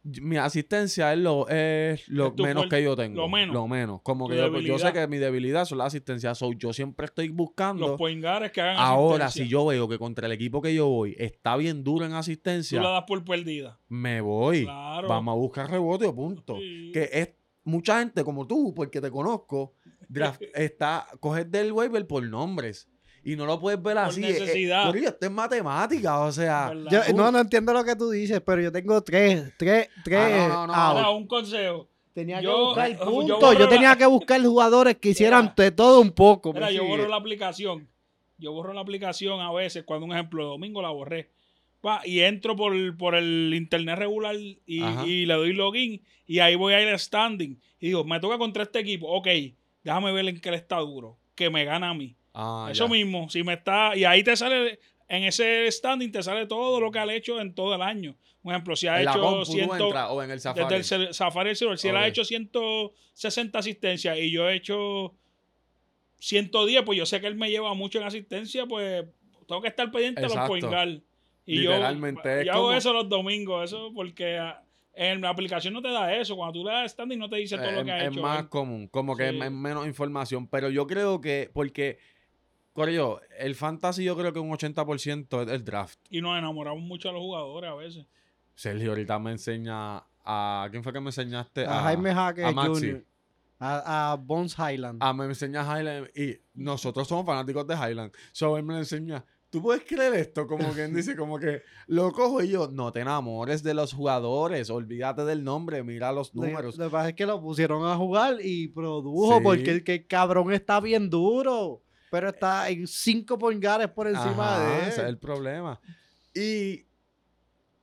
A: y- mi asistencia es lo, es lo
B: Es tu
A: menos
B: fuerte-
A: que yo tengo.
B: lo menos.
A: Como
B: Tu
A: que yo, yo sé
B: debilidad.
A: que mi debilidad son las asistencias. So, yo siempre estoy buscando.
B: los poingares que hagan
A: Ahora,
B: asistencia.
A: si yo veo que contra el equipo que yo voy está bien duro en asistencia,
B: Tú la das por perdida.
A: me voy.
B: Claro.
A: Vamos a buscar rebote o punto.
B: Sí.
A: Que es mucha gente como tú, porque te conozco, draft- está coger del waiver por nombres. Y no lo puedes ver así. eh, eh,
B: necesidad.
A: corillo, esto es matemática, o sea.
B: ¿verdad?
C: Yo- no, no entiendo lo que tú dices, pero yo tengo tres, tres, tres.
A: Ah, no, no, no,
C: outs.
A: no,
B: Ahora, un consejo.
C: Tenía
B: Yo- eh,
C: que buscar
B: yo
C: puntos. Yo,
B: borro la-
C: tenía que buscar jugadores que hicieran
B: Mira,
C: de todo un poco.
B: Mira,
C: me
B: yo
C: sigue.
B: borro la aplicación. Yo borro la aplicación a veces, cuando un ejemplo, domingo la borré. Pa, y entro por, por el internet regular y,
A: Ajá.
B: y le doy login. Y ahí voy a ir a standing. Y digo, me toca contra este equipo. Ok, déjame ver en qué le está duro. Que me gana a mí.
A: Ah,
B: Eso
A: ya.
B: mismo. Si me está. Y ahí te sale. En ese standing te sale todo lo que ha hecho en todo el año. Por ejemplo, si ha
A: En la
B: hecho
A: compu tú
B: 100,
A: entras, o en el Safari.
B: desde el cel- Safari del celular. Si él
A: Ok.
B: ha hecho 160 asistencias y yo he hecho 110, pues yo sé que él me lleva mucho en asistencia, pues tengo que estar pendiente a los
A: Exacto.
B: point Y
A: Literalmente,
B: yo,
A: es
B: yo hago
A: como-
B: eso los domingos, eso porque ah, en la aplicación no te da eso. Cuando tú le das standing no te dice todo lo que
A: Eh, es,
B: ha
A: es
B: hecho.
A: más
B: él.
A: común, como que
B: Sí.
A: es, es menos información. Pero yo creo que, porque, Corillo, el fantasy yo creo que un 80% es el draft.
B: Y nos enamoramos mucho a los jugadores a veces.
A: Sergio ahorita me enseña a. ¿Quién fue que me enseñaste?
C: Ah, A Jaime Jaque
A: a Maxi.
C: Jr. A, a Bones Highland.
A: Ah, me enseña Highland y nosotros somos fanáticos de Highland. So él me lo enseña. ¿Tú puedes creer esto? Como que él dice, como que lo cojo y yo, no te enamores de los jugadores, olvídate del nombre, mira los
C: Lo-
A: números.
C: Lo que pasa es que lo pusieron a jugar y produjo
A: Sí.
C: porque el, que el cabrón está bien duro. Pero está en cinco pongares por encima
A: Ajá,
C: de él.
A: Ese es el problema. Y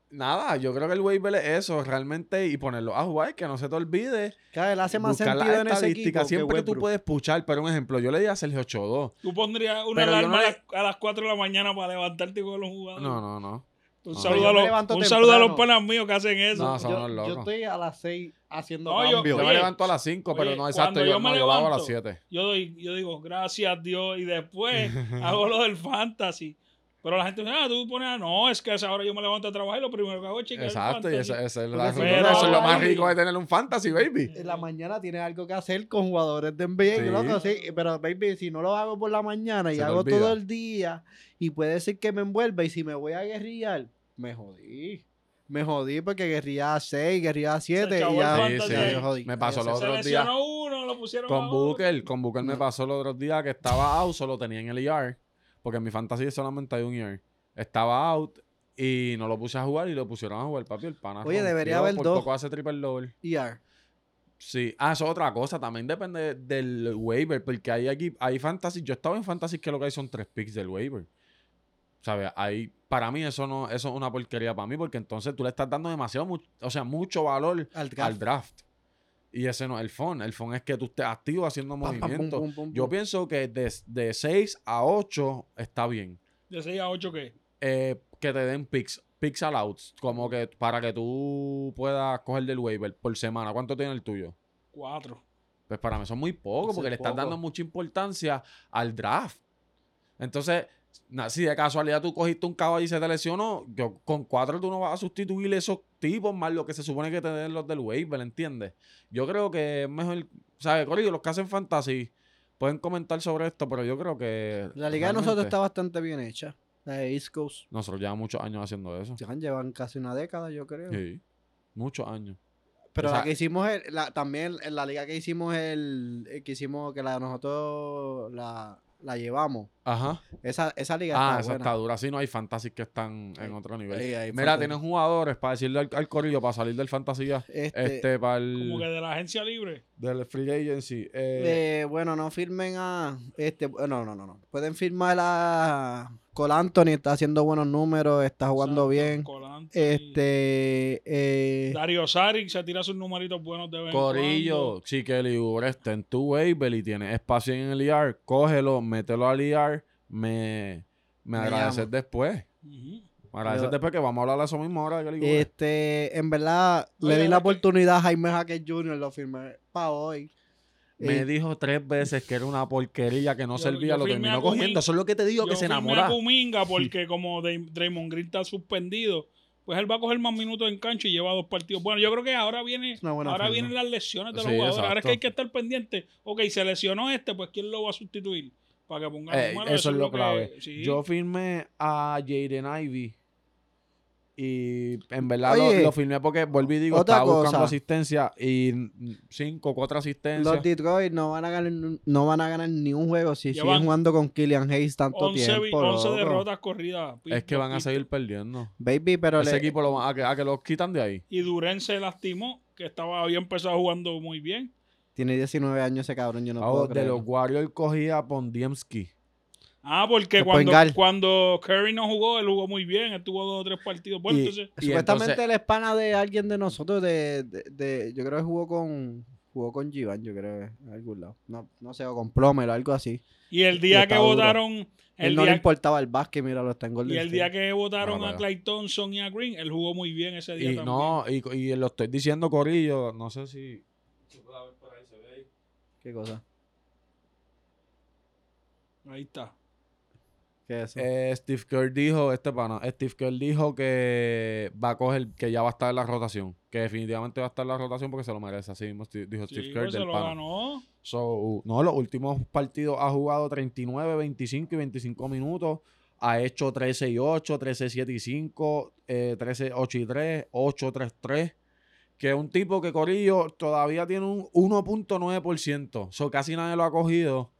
A: nada, yo creo que el waiver es eso, realmente, y ponerlo a jugar, que no se te olvide.
C: Claro, él hace más
A: buscar las
C: sentido en ese equipo.
A: estadísticas.
C: que
A: Siempre tú
C: Westbrook.
A: puedes puchar, pero un ejemplo, yo le di a Sergio 8-2.
B: Tú pondrías una
A: Pero yo
B: alarma
A: no le-
B: a, las, a las 4 de la mañana para levantarte con los jugadores.
A: No, no, no.
B: Un
A: No.
B: saludo,
C: Yo
B: a
C: me
B: los,
C: levanto
B: un saludo a los
C: temprano.
B: panas míos que hacen eso.
A: No, son
C: yo,
A: unos
C: yo
A: locos.
C: estoy a las seis haciendo
B: No, yo-
A: Yo
C: cambios.
A: me
B: Oye,
A: levanto a las 5, pero
B: oye,
A: no, exacto.
B: cuando
A: Yo,
B: yo me
A: no, yo lo hago a
B: levanto-
A: las 7.
B: Yo, doy, yo digo, gracias Dios, y después hago lo del fantasy. Pero la gente dice, ah, tú pones, ah, no, es que a esa hora yo me levanto a trabajar y lo primero que hago es chequear el
A: Exacto, y
B: fantasy".
A: eso, eso es,
C: Porque
A: la-
C: si
B: no,
A: eso es lo más
B: ahí-
A: rico de tener un fantasy, baby.
C: en la mañana tienes algo que hacer con jugadores de NBA.
A: Sí.
C: loco, sí, pero, baby, si no lo hago por la mañana y
A: Se te
C: hago
A: olvida.
C: todo el día, y puede ser que me envuelva, y si me voy a guerrillar, me jodí. Me jodí porque guerría 6, guerría 7
B: acabó
C: y
B: el
C: ya
A: fantasy.
C: ya yo jodí.
A: Me pasó
C: Ya
A: lo
C: se-
B: Se
A: otros
B: lesionó uno, lo pusieron a
A: Con
B: otro.
A: Booker, con Booker me
C: No.
A: pasó los otros días que estaba out, solo tenía en el ER, porque en mi fantasy solamente hay un ER. Estaba out y no lo puse a jugar y lo pusieron a jugar, papi, el pana.
C: Oye, debería
A: rompió,
C: haber
A: por
C: dos.
A: poco hace triple double.
C: ER.
A: Sí, ah, eso es otra cosa, también depende del waiver, porque hay aquí, hay fantasy, yo estaba en fantasy que lo que hay son tres picks del waiver. ¿Sabes? Ahí, para mí eso no, eso es una porquería para mí, porque entonces tú le estás dando demasiado, mu- o sea, mucho valor
C: Al
A: al draft. Y ese no es el phone. El phone es que tú estés activo haciendo movimientos. Yo pienso que de, de 6 a 8 está bien.
B: ¿De 6 a 8 qué?
A: Eh, que te den picks, picks al outs, como que para que tú puedas coger del waiver por semana. ¿Cuánto tiene el tuyo?
B: 4.
A: Pues para mí son muy pocos,
C: Eso
A: porque
C: es
A: le estás
C: poco.
A: dando mucha importancia al draft. Entonces, na- si de casualidad tú cogiste un caballo y se te lesionó, yo, con cuatro tú no vas a sustituir esos tipos más lo que se supone que te den los del waiver, ¿entiendes? Yo creo que es mejor, ¿sabes? Corillo, los que hacen fantasy pueden comentar sobre esto, pero yo creo que...
C: La liga de nosotros
A: realmente
C: está bastante bien hecha. La de East Coast.
A: Nosotros llevamos muchos años haciendo eso.
C: Ya llevan casi una década, yo creo.
A: Sí, muchos años.
C: Pero
A: O
C: la
A: sea-
C: que hicimos, el- la, también en la liga que hicimos, el, el que hicimos, que la nosotros la, la llevamos.
A: Ajá.
C: Esa, esa liga
A: Ah,
C: está
A: esa
C: buena.
A: está dura. Sí, no hay fantasy que están
C: Ahí-
A: en otro nivel.
C: ahí- ahí
A: Mira,
C: falta-
A: tienen jugadores para decirle al, al corillo, para salir del fantasía,
C: Este,
A: este, para
B: Como que
A: el
B: de la agencia libre.
A: del free agency. eh,
C: eh, bueno, no firmen a... Este, no, no, no, no. Pueden firmar a Col Anthony, está haciendo buenos números, está jugando
B: Santos,
C: bien.
B: Colante.
C: Este... eh,
B: Darío Saric se tira sus numeritos buenos de vez en cuando.
A: corillo, si que el Igor está en tu waiver y tienes espacio en el IR, cógelo, mételo al IR, me, me
C: Me
A: agradeces
C: llama.
A: después.
B: Ujú.
A: Me agradeces
C: Yo-
A: después que eh, vamos a hablar de eso mismo ahora. del Igor.
B: Eh,
C: este, en verdad,
B: Oye,
C: le di la
B: es que-
C: oportunidad a Jaime Jaque Jr., lo firmé para hoy.
A: me
C: Eh,
A: dijo tres veces que era una porquería, que no
B: Yo-
A: servía,
B: yo
A: lo
B: firmé a
A: terminó
B: Gumi.
A: cogiendo. Eso es lo que te digo, que se
B: firmé a
A: enamora.
B: Kuminga porque como Dray- Draymond Green está suspendido, pues él va a coger más minutos en cancha y lleva dos partidos. Bueno, yo creo que ahora viene,
C: Es una buena
B: ahora
C: firma.
B: vienen las lesiones de los
A: Sí,
B: jugadores. Ahora es
A: exacto.
B: que hay que estar pendiente. Ok, se lesionó este, pues ¿quién lo va a sustituir? Para que ponga
A: Eh,
B: números,
A: eso es lo clave.
B: que- sí.
A: Yo firmé a Jaden Ivy Y en verdad
C: Oye,
A: lo, lo firmé porque volví y digo,
C: otra
A: estaba buscando
C: cosa.
A: asistencia y mm, cinco, cuatro asistencias.
C: Los Detroit no van a ganar, no van a ganar ni un juego si
B: Llevan
C: siguen jugando con Killian Hayes tanto
B: 11, vi-
C: tiempo.
B: 11
C: loco.
B: derrotas corridas.
A: es que
B: Pito,
A: van a
B: pito.
A: seguir perdiendo.
C: Baby, pero
A: Ese
C: le-
A: equipo lo van a, que, a que los quitan de ahí.
B: Y Durant se lastimó, que estaba, había empezado jugando muy bien.
C: tiene 19 años ese cabrón, yo no
A: Ah,
C: puedo
A: de
C: creerlo.
A: los Warriors cogía a Pondiemski.
B: Ah, porque
C: El
B: cuando,
C: point guard.
B: cuando Curry no jugó, él jugó muy bien. Él tuvo dos o tres partidos. Bueno,
A: Y-
B: entonces,
A: y
C: Supuestamente
A: entonces-
C: él es pana de alguien de nosotros, de, de- de- yo creo que jugó con jugó con Givan, yo creo, en algún lado. No, no sé, o con Plomer o algo así.
B: y el
C: y
B: día
C: está
B: que
C: duro.
B: votaron,
C: Él
B: el
C: no le
B: día,
C: importaba el básquet, mira, lo está en Golden
B: y el día
C: State.
B: que votaron
A: No,
B: a
A: pero-
B: Clay Thompson y a Green, él jugó muy bien ese día
A: Y
B: también.
A: no, y, y lo estoy diciendo Corillo, no sé si...
C: ¿Qué cosa?
A: Eh,
B: Ahí está.
C: ¿Qué es eso?
A: Eh, Steve Kerr dijo, este pana, Steve Kerr dijo que va a coger, que ya va a estar en la rotación. Que definitivamente va a estar en la rotación porque se lo merece. Así mismo Steve- dijo Steve
B: Sí,
A: Kerr
B: pues, se
A: del
B: lo
A: pana.
B: ganó.
A: So, no, los últimos partidos ha jugado 39, 25 y 25 minutos. Ha hecho 13 y 8, 13, 7 y 5, eh, 13, 8 y 3, 8, 3, 3. Que es un tipo que Corillo todavía tiene un 1.9%. So, casi nadie lo ha cogido.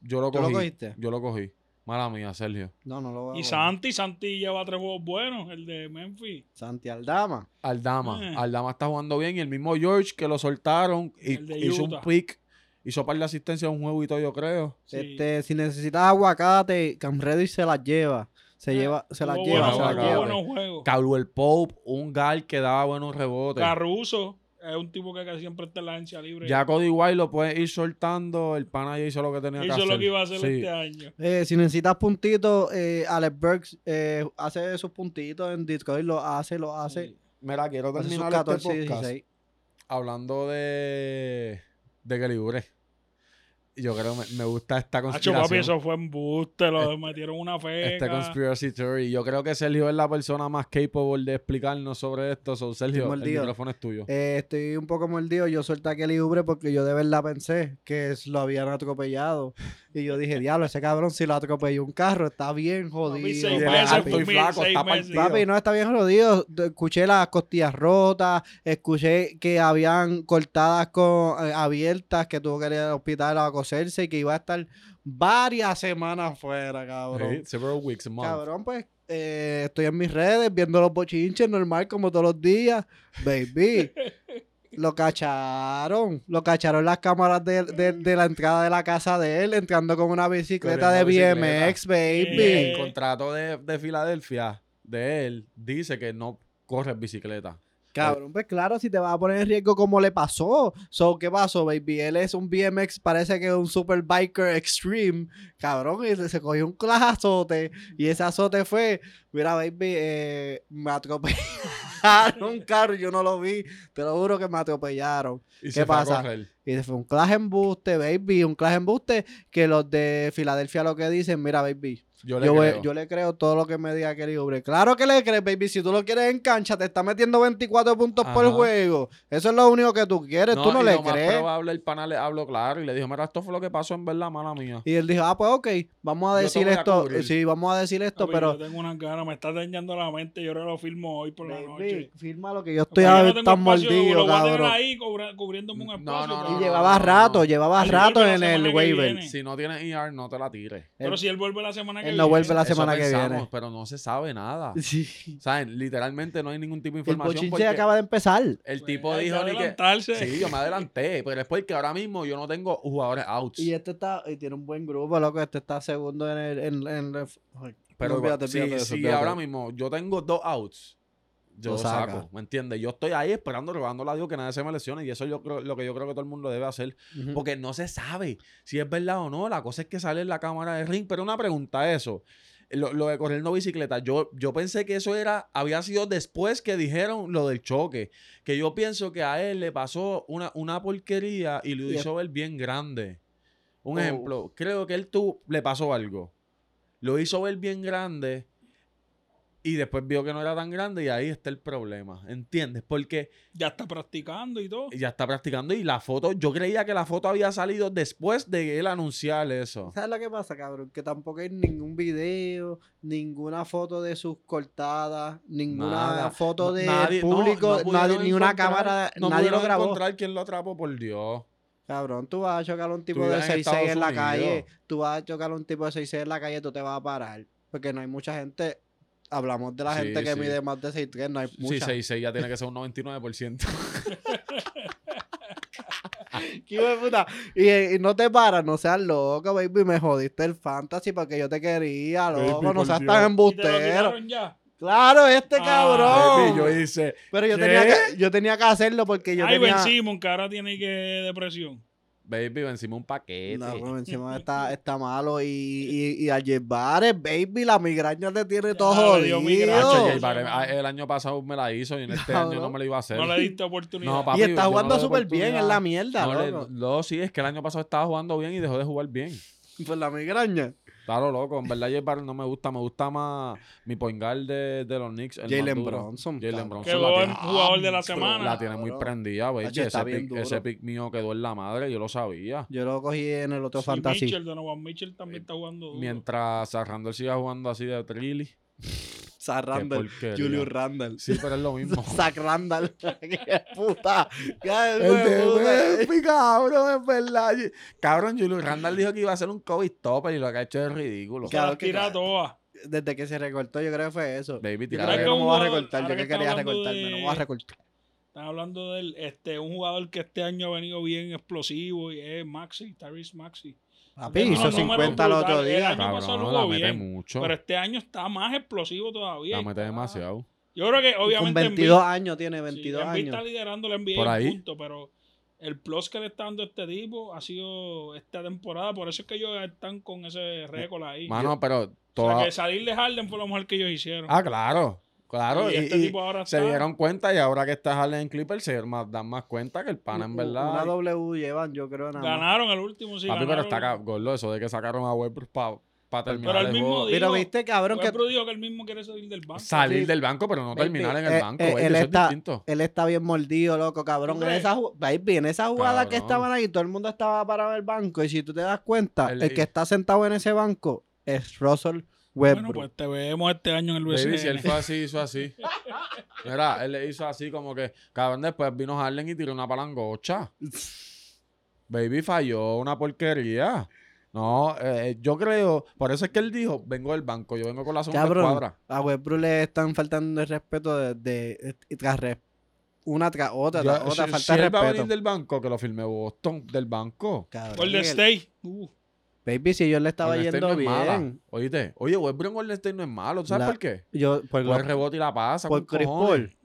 A: Yo lo
C: ¿Tú lo
A: cogí.
C: cogiste?
A: Yo lo cogí. Mala mía, Sergio.
C: No, no lo voy a
B: Y
C: coger.
B: Santi, Santi lleva tres juegos buenos, el de Memphis.
C: Santi Aldama.
A: Aldama.
B: Eh.
A: Aldama está jugando bien. Y el mismo George que lo soltaron y
B: El de
A: hizo un
B: Utah.
A: pick. Hizo par de asistencia en un juego y todo, yo creo.
B: Sí.
C: Este, si necesitas aguacate, Cam Reddish se las lleva. Se
B: Eh,
C: lleva, se las
B: Tuvo
C: lleva,
B: buenos-
A: se
C: se las
A: las
B: tuvo
A: lleva.
B: buenos juegos.
A: Caldwell Pope, un gal que daba buenos rebotes.
B: Caruso es un tipo que casi siempre está en la agencia libre.
A: ya Cody White lo puede ir soltando. El pana ya hizo lo que tenía que
B: Hizo
A: hacer.
B: lo que iba a hacer
A: Sí.
B: este año.
C: Eh, si necesitas puntitos, eh, Alex Burks eh, hace sus puntitos en Discord, lo hace, lo hace.
B: Sí.
A: Mira, quiero
C: hace sus
A: terminar este
C: 14 y
A: podcast
C: 16.
A: hablando de, de Calibre. Yo creo me, me gusta esta
B: Hacho,
A: conspiración.
B: papi, eso fue embuste,
A: Eh,
B: lo metieron una
A: Esta
B: feca.
A: conspiracy theory. Yo creo que Sergio es la persona más capable de explicarnos sobre esto. So, Sergio,
C: Estoy
A: el
C: mordido.
A: micrófono es tuyo.
C: Eh, estoy un poco mordido. Yo solté a Kelly Ubre porque yo de verdad pensé que es- lo habían atropellado. Y yo dije, diablo, ese cabrón si lo atropelló un carro, está bien jodido.
B: Papi,
A: Y
B: seis
A: de
B: meses,
A: alto y
B: fue mil,
A: flaco,
B: seis
A: está
B: meses.
A: partido.
C: Papi, no está bien jodido. De- Escuché las costillas rotas, escuché que habían cortadas con eh, abiertas, que tuvo que ir al hospital a coserse y que iba a estar varias semanas fuera, cabrón.
A: Hey, several weeks, a month.
C: Cabrón, pues eh, estoy en mis redes viendo los bochinches normal como todos los días. Baby, lo cacharon. Lo cacharon las cámaras de, de- de la entrada de la casa de él, entrando con una bicicleta
A: Corriendo
C: de
A: bicicleta.
C: BMX, baby.
A: El contrato de, de Filadelfia de él dice que no corres bicicleta.
C: Cabrón, pues claro, si te vas a poner en riesgo como le pasó. So, ¿qué pasó, baby? Él es un BMX, parece que es un super biker extreme. Cabrón, y se se cogió un clajazote. Y ese azote fue, mira, baby, eh, me atropellaron un carro y yo no lo vi. Te lo juro que me atropellaron.
A: Y se fue a
C: pasa?
A: correr.
C: Y fue un clash embuste, baby, un clash embuste que los de Filadelfia lo que dicen, mira, baby,
A: Yo le
C: yo, voy-
A: creo.
C: yo le creo todo lo que me diga Kelly Oubre. Claro que le crees, baby. Si tú lo quieres en cancha, te está metiendo 24 puntos por
A: Ajá.
C: juego. Eso es lo único que tú quieres. tú no
A: y
C: le
A: lo más
C: crees.
A: probable, el pana le habló claro y le dijo, mira, esto fue lo que pasó en verdad, mala mía.
C: Y él dijo, ah, pues ok, vamos a
A: Yo te
C: decir
A: voy a
C: esto. eh,
A: cubrir.
C: sí, vamos a decir esto,
B: Papi,
C: pero
B: Yo tengo unas ganas, me está dañando la mente. Yo ahora lo filmo hoy por la
C: baby,
B: noche.
C: firma lo que yo
B: Porque
C: estoy
B: yo
C: a-
B: no tengo
C: tan
B: espacio,
C: mordido,
B: Lo voy a tener
C: cabrón.
B: ahí cubra- cubriéndome un
A: No, no,
B: espacio.
A: no,
B: pero-
C: Y
A: no,
C: llevaba
A: no.
C: rato, llevaba
B: Él
C: rato
B: vuelve la
C: en
B: semana
C: el
B: que
C: waiver.
B: viene.
A: Si no tienes ER, no te la tires.
B: Pero si él vuelve la semana que
C: Él
B: viene.
C: no vuelve la
A: Eso
C: semana que
A: pensamos,
C: viene.
A: Pero no se sabe nada.
C: Sí.
A: ¿Saben? Literalmente no hay ningún tipo de
C: El
A: información.
C: bochinche
A: porque
C: acaba de empezar.
A: El tipo
B: pues, Hay que
A: dijo ni que...
B: adelantarse.
A: Sí, yo me adelanté, pero es porque ahora mismo yo no tengo jugadores outs.
C: Y este está, y tiene un buen grupo, loco. Este está segundo en el. en- en el- ay,
A: Pero
C: no, olvídate,
A: si,
C: olvídate de eso,
A: si
C: olvídate.
A: ahora mismo yo tengo dos outs, yo
C: Lo
A: lo saco,
C: saca.
A: ¿me entiendes? Yo estoy ahí esperando, robando la Dios que nadie se me lesione y eso yo creo, lo que yo creo que todo el mundo debe hacer
C: Ujú.
A: porque no se sabe si es verdad o no. La cosa es que sale en la cámara de ring, pero una pregunta eso. Lo, lo de correr no bicicleta, yo, yo pensé que eso era, había sido después que dijeron lo del choque, que yo pienso que a él le pasó una, una porquería y lo
C: Y es-
A: hizo ver bien grande. Un
C: Oh.
A: ejemplo, creo que él tú, le pasó algo, lo hizo ver bien grande Y después vio que no era tan grande y ahí está el problema, ¿entiendes? Porque
B: Ya está practicando y todo.
A: ya está practicando y la foto, yo creía que la foto había salido después de él anunciar eso.
C: ¿Sabes lo que pasa, cabrón? Que tampoco hay ningún video, ninguna foto de sus cortadas, ninguna
A: Nada.
C: foto
A: No-
C: de
A: nadie- no,
C: público,
A: no
C: nadie-
A: pudieron
C: ni una
A: encontrar-
C: cámara,
A: no
C: nadie lo
A: pudieron
C: grabó.
A: encontrar quién lo atrapó, por Dios.
C: Cabrón, tú vas a chocar a un tipo
A: Tú
C: de
A: vives en
C: 6'6 en la
A: Estados
C: calle,
A: Unidos.
C: tú vas a chocar a un tipo de 6'6 en la calle, tú te vas a parar. Porque no hay mucha gente, hablamos de la
A: Sí,
C: gente que
A: sí.
C: mide más de 6'3, no hay
A: Sí,
C: mucha.
A: 6, 6 ya tiene que ser un 99%.
C: Hijo de puta. Y, y no te paras, no seas loco, baby, me jodiste el fantasy porque yo te quería,
A: Baby,
C: loco, no
A: por
C: seas
A: Dios.
B: Y
C: tan
B: te lo
C: embustero.
B: quitaron ya.
C: Claro, este
B: Ah,
C: cabrón.
A: Baby, yo hice,
C: Pero yo
A: ¿Qué?
C: tenía, que, yo tenía que hacerlo porque yo
B: Ay,
C: tenía...
B: Ben Simon, que ahora tiene que depresión.
A: baby, encima un paquete.
C: No, bueno, encima está, está malo y, y, y a Barrett, baby, la migraña te tiene todo
B: Ya, le dio migraña,
A: Hacho,
C: jodido.
A: J Balvin, ah, el año pasado me la hizo y en este
C: Cabrón.
A: año no me la iba a hacer.
B: No le diste oportunidad.
A: No, papi,
C: Y
A: yo
C: está
A: no
C: jugando
A: le doy
C: súper bien en la
A: oportunidad.
C: mierda,
A: no, le-
C: loco.
A: no, sí, es que el año pasado estaba jugando bien y dejó de jugar bien.
C: Por Pues la migraña.
A: Está lo loco. En verdad, J Balvin no me gusta. Me gusta más mi point guard de, de los Knicks. el más
C: Jalen
A: duro.
C: Bronson.
A: Jalen
C: cabrón.
A: Bronson.
B: Quedó
A: la
B: el
A: tiene.
B: jugador de la
C: Ah,
B: semana.
A: La tiene muy
C: Cabrón.
A: prendida, güey.
C: Hacho, está
A: Ese,
C: bien
A: pick,
C: duro.
A: ese pick mío quedó en la madre, yo lo sabía.
C: Yo lo cogí en el otro
B: Y
C: fantasy.
B: Mitchell, Donovan Mitchell
C: Eh,
B: también está jugando. duro.
A: Mientras Sarrandol siga jugando así de trilly.
C: Zach
A: qué
C: Randall.
A: porquería.
C: Julius Randall.
A: Sí, pero es lo mismo.
C: Zach Randall. ¡Qué puta! ¡Qué
A: El
C: puta!
A: de Memphis, cabrón, es verdad. Yo- Cabrón, Julius Randall dijo que iba a ser un COVID topper y lo que ha hecho es ridículo.
B: Se las
C: claro que
B: tira
C: claro.
B: todas.
C: Desde que se recortó, yo creo que fue eso.
A: Baby,
C: Yo
B: Claro.
C: creo que
A: tirado.
C: no me voy a
B: Ahora que
C: recortar. Yo que
B: estamos
C: quería
B: hablando
C: recortarme. No me voy a
B: de-
C: recortar.
B: Están hablando del este, un jugador que este año ha venido bien explosivo y es Maxi, Tyrese Maxi.
C: Papi,
A: Tengo
C: hizo
A: unos números
C: 50 el otro
B: brutales. El
C: día.
B: año pasado
A: Cabrón,
B: jugó
A: la mete
B: bien,
A: mucho.
B: Pero ah, este año está más explosivo todavía.
A: La
B: y
A: mete
B: está-
A: demasiado.
B: Yo creo que
C: Con
B: obviamente
C: 22
B: Embiid-
C: años tiene,
B: sí,
C: 22
B: Embiid está
C: años.
B: liderando la NBA
A: Por
B: en
A: ahí.
B: punto, pero el plus que le está dando este tipo ha sido esta temporada, por eso es que ellos están con ese récord ahí.
A: Mano, pero
B: O sea,
A: toda...
B: que salir de Harden fue lo mejor que ellos hicieron.
A: Ah, claro. Claro,
B: y,
A: y,
B: este
A: y
B: tipo ahora
A: se
B: está-
A: dieron cuenta y ahora que está Harden en Clippers se más- dan más cuenta que el pana en
C: U-
A: verdad.
C: Una W llevan, yo creo, nada más.
B: ganaron el último, sí,
A: Papi, pero
B: ganaron.
A: está acá, gordo, eso de que sacaron a Westbrook para terminar
B: Pero
A: el,
B: el mismo
A: juego.
B: día-
C: Pero
B: digo,
C: viste, cabrón, que
B: Westbrook dijo que él mismo quiere salir del banco.
A: Salir
C: Sí.
A: del banco, pero no
C: Baby,
A: terminar en el
C: eh,
A: banco,
C: eh,
A: baby,
C: él
A: eso
C: está-
A: es distinto.
C: él está bien mordido, loco,
B: ¿Tú
C: cabrón. En
B: crees?
C: esa, ju- baby, en esa jugada que
A: Cabrón.
C: estaban ahí, todo el mundo estaba parado en el banco. Y si tú te das cuenta, el,
A: El-
C: que está sentado en ese banco es Russell
B: Bueno,
C: Westbrook.
B: pues te vemos este año en el
C: Pues
A: Baby, si él
B: BCN.
A: fue así, hizo así. Mira, él le hizo así como que, cabrón, después vino Harden y tiró una palangocha. Baby falló una porquería. No, eh, yo creo, por eso es que él dijo, vengo del banco, yo vengo con la segunda
C: Cabrón.
A: cuadra.
C: A Westbrook le están faltando el respeto de, de- y tras res- una tras otra, tras
A: Ya,
C: otra,
A: si-
C: falta
A: si
C: de
A: él va a venir
C: respeto.
A: del banco, que lo firme Boston, del banco.
C: Cabrón,
B: Golden
C: el-
B: State. Uh,
C: Baby, si yo le estaba
A: Golden State
C: yendo
A: no es mala.
C: bien.
A: Oíste, oye, Westbrook en Golden State no es malo, ¿tú ¿sabes
C: La-
A: por qué?
C: Yo, por,
A: Por el
C: lo-
A: rebote y la pasa.
C: por
A: con
C: Chris
A: cojones.
C: Paul.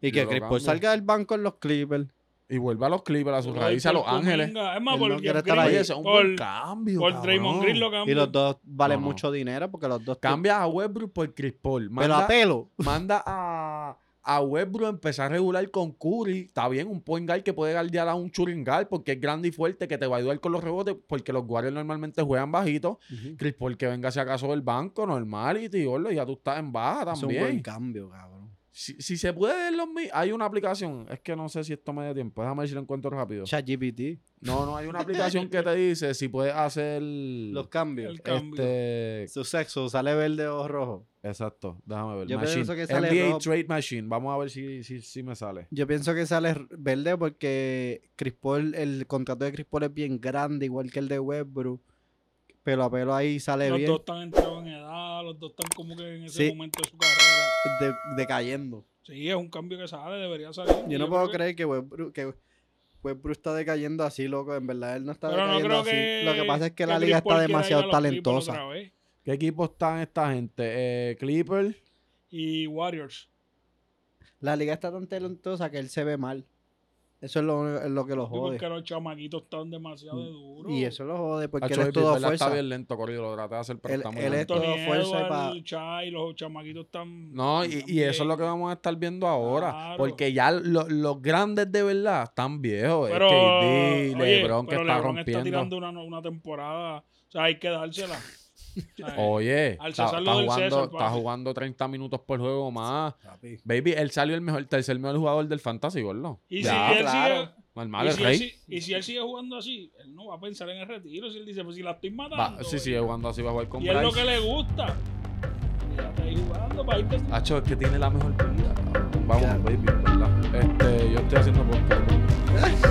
C: Y
A: Yo
C: que
A: lo
C: Chris Paul
A: cambio.
C: salga del banco en los Clippers.
A: Y vuelve a los Clippers, a sus
B: Roy
A: raíces, a Los
B: por
A: Ángeles.
B: Kuminga. Es más,
C: Él
B: por,
C: no quiere estar ahí.
A: Oye,
B: Green,
A: ese es un
B: por-
A: buen cambio.
B: por
A: cabrón.
B: Draymond Green lo cambió.
C: Y los dos valen
A: No, no.
C: mucho dinero porque los dos.
A: Cambias a Westbrook por Chris Paul.
C: Pero a
A: Manda,
C: pelo.
A: manda a, a Westbrook a empezar a regular con Curry. Está bien, un point guard que puede guardear a un shooting guard porque es grande y fuerte, que te va a ayudar con los rebotes, porque los guardias normalmente juegan bajitos. Chris Paul que venga si acaso del banco, normal, y tío, ya tú estás en baja
C: Es un buen
A: también.
C: cambio, cabrón.
A: Si, si se puede ver los mi- hay una aplicación, es que no sé si esto me da tiempo, déjame ver si lo encuentro rápido.
C: ChatGPT.
A: No, no, hay una aplicación que te dice si puedes hacer
C: Los cambios. Eh,
B: El cambio.
A: este,
C: Su sexo sale verde o rojo.
A: Exacto, déjame ver.
C: Yo
A: Machine.
C: pienso que sale
A: NBA
C: Rob.
A: Trade Machine. Vamos a ver si, si, si me sale.
C: Yo pienso que sale r- verde porque Chris Paul, el contrato de Chris Paul es bien grande, igual que el de Westbrook. Pelo a pelo ahí sale
B: Los
C: bien,
B: dos están entrados en edad, los dos están como que en ese
C: Sí.
B: momento de su carrera.
C: de- decayendo.
B: Sí, es un cambio que sale, debería salir.
C: Yo no
B: creo
C: puedo
B: que-
C: creer que Westbrook, que Westbrook está decayendo así, loco. En verdad, él no está
B: Pero no
C: decayendo
B: creo
C: así.
B: que.
C: Lo que pasa es que la
B: Chris Paul
C: liga está
B: quiera ir a
C: demasiado
B: los Clippers
C: talentosa.
B: otra vez.
A: ¿Qué equipo están esta gente? Eh, Clipper.
B: Y Warriors.
C: La liga está tan talentosa que él se ve mal. Eso es lo, único- es lo que lo
B: Sí, Porque
C: jode.
B: los chamaquitos están demasiado duros.
C: Y eso lo jode porque él
A: Hacho,
C: es
A: Baby,
C: todo
A: ¿verdad?
C: fuerza.
A: Está bien lento, corrido. Lo traté de hacer, pero
C: Él-
A: está muy
C: él es
A: lento.
B: Anthony
C: todo fuerza y
B: Edwards,
C: pa-
B: Chai, los chamaquitos están.
A: No, y, y eso es lo que vamos a estar viendo ahora.
B: Claro.
A: Porque ya lo- los grandes de verdad están viejos.
B: Pero.
A: KD,
B: oye,
A: LeBron que
B: pero
A: está
B: LeBron
A: rompiendo.
B: tirando una, una temporada. O sea, hay que dársela. ¿sabes?
A: Oye,
B: Al
A: está,
B: César lo
A: está
B: del César,
A: jugando, está
B: papi.
A: jugando 30 minutos por juego o más.
D: Papi.
A: Baby, él salió el mejor, tercer mejor jugador del fantasy, ¿verdad?
B: Y
A: Ya,
B: si él
D: claro.
B: sigue,
A: normal,
B: y
A: el
B: si
A: rey.
B: él si- y si él sigue jugando así, él no va a pensar en el retiro. Si él dice, pues si la estoy matando.
A: Va, sí, sigue jugando así, va a jugar con
B: Y es lo que
A: Bryce.
B: le gusta. Ya está ahí jugando para irte.
A: Hacho, es que tiene la mejor vida. cabrón. Vamos,
D: Claro.
A: baby, ¿verdad? Este, yo estoy haciendo podcast.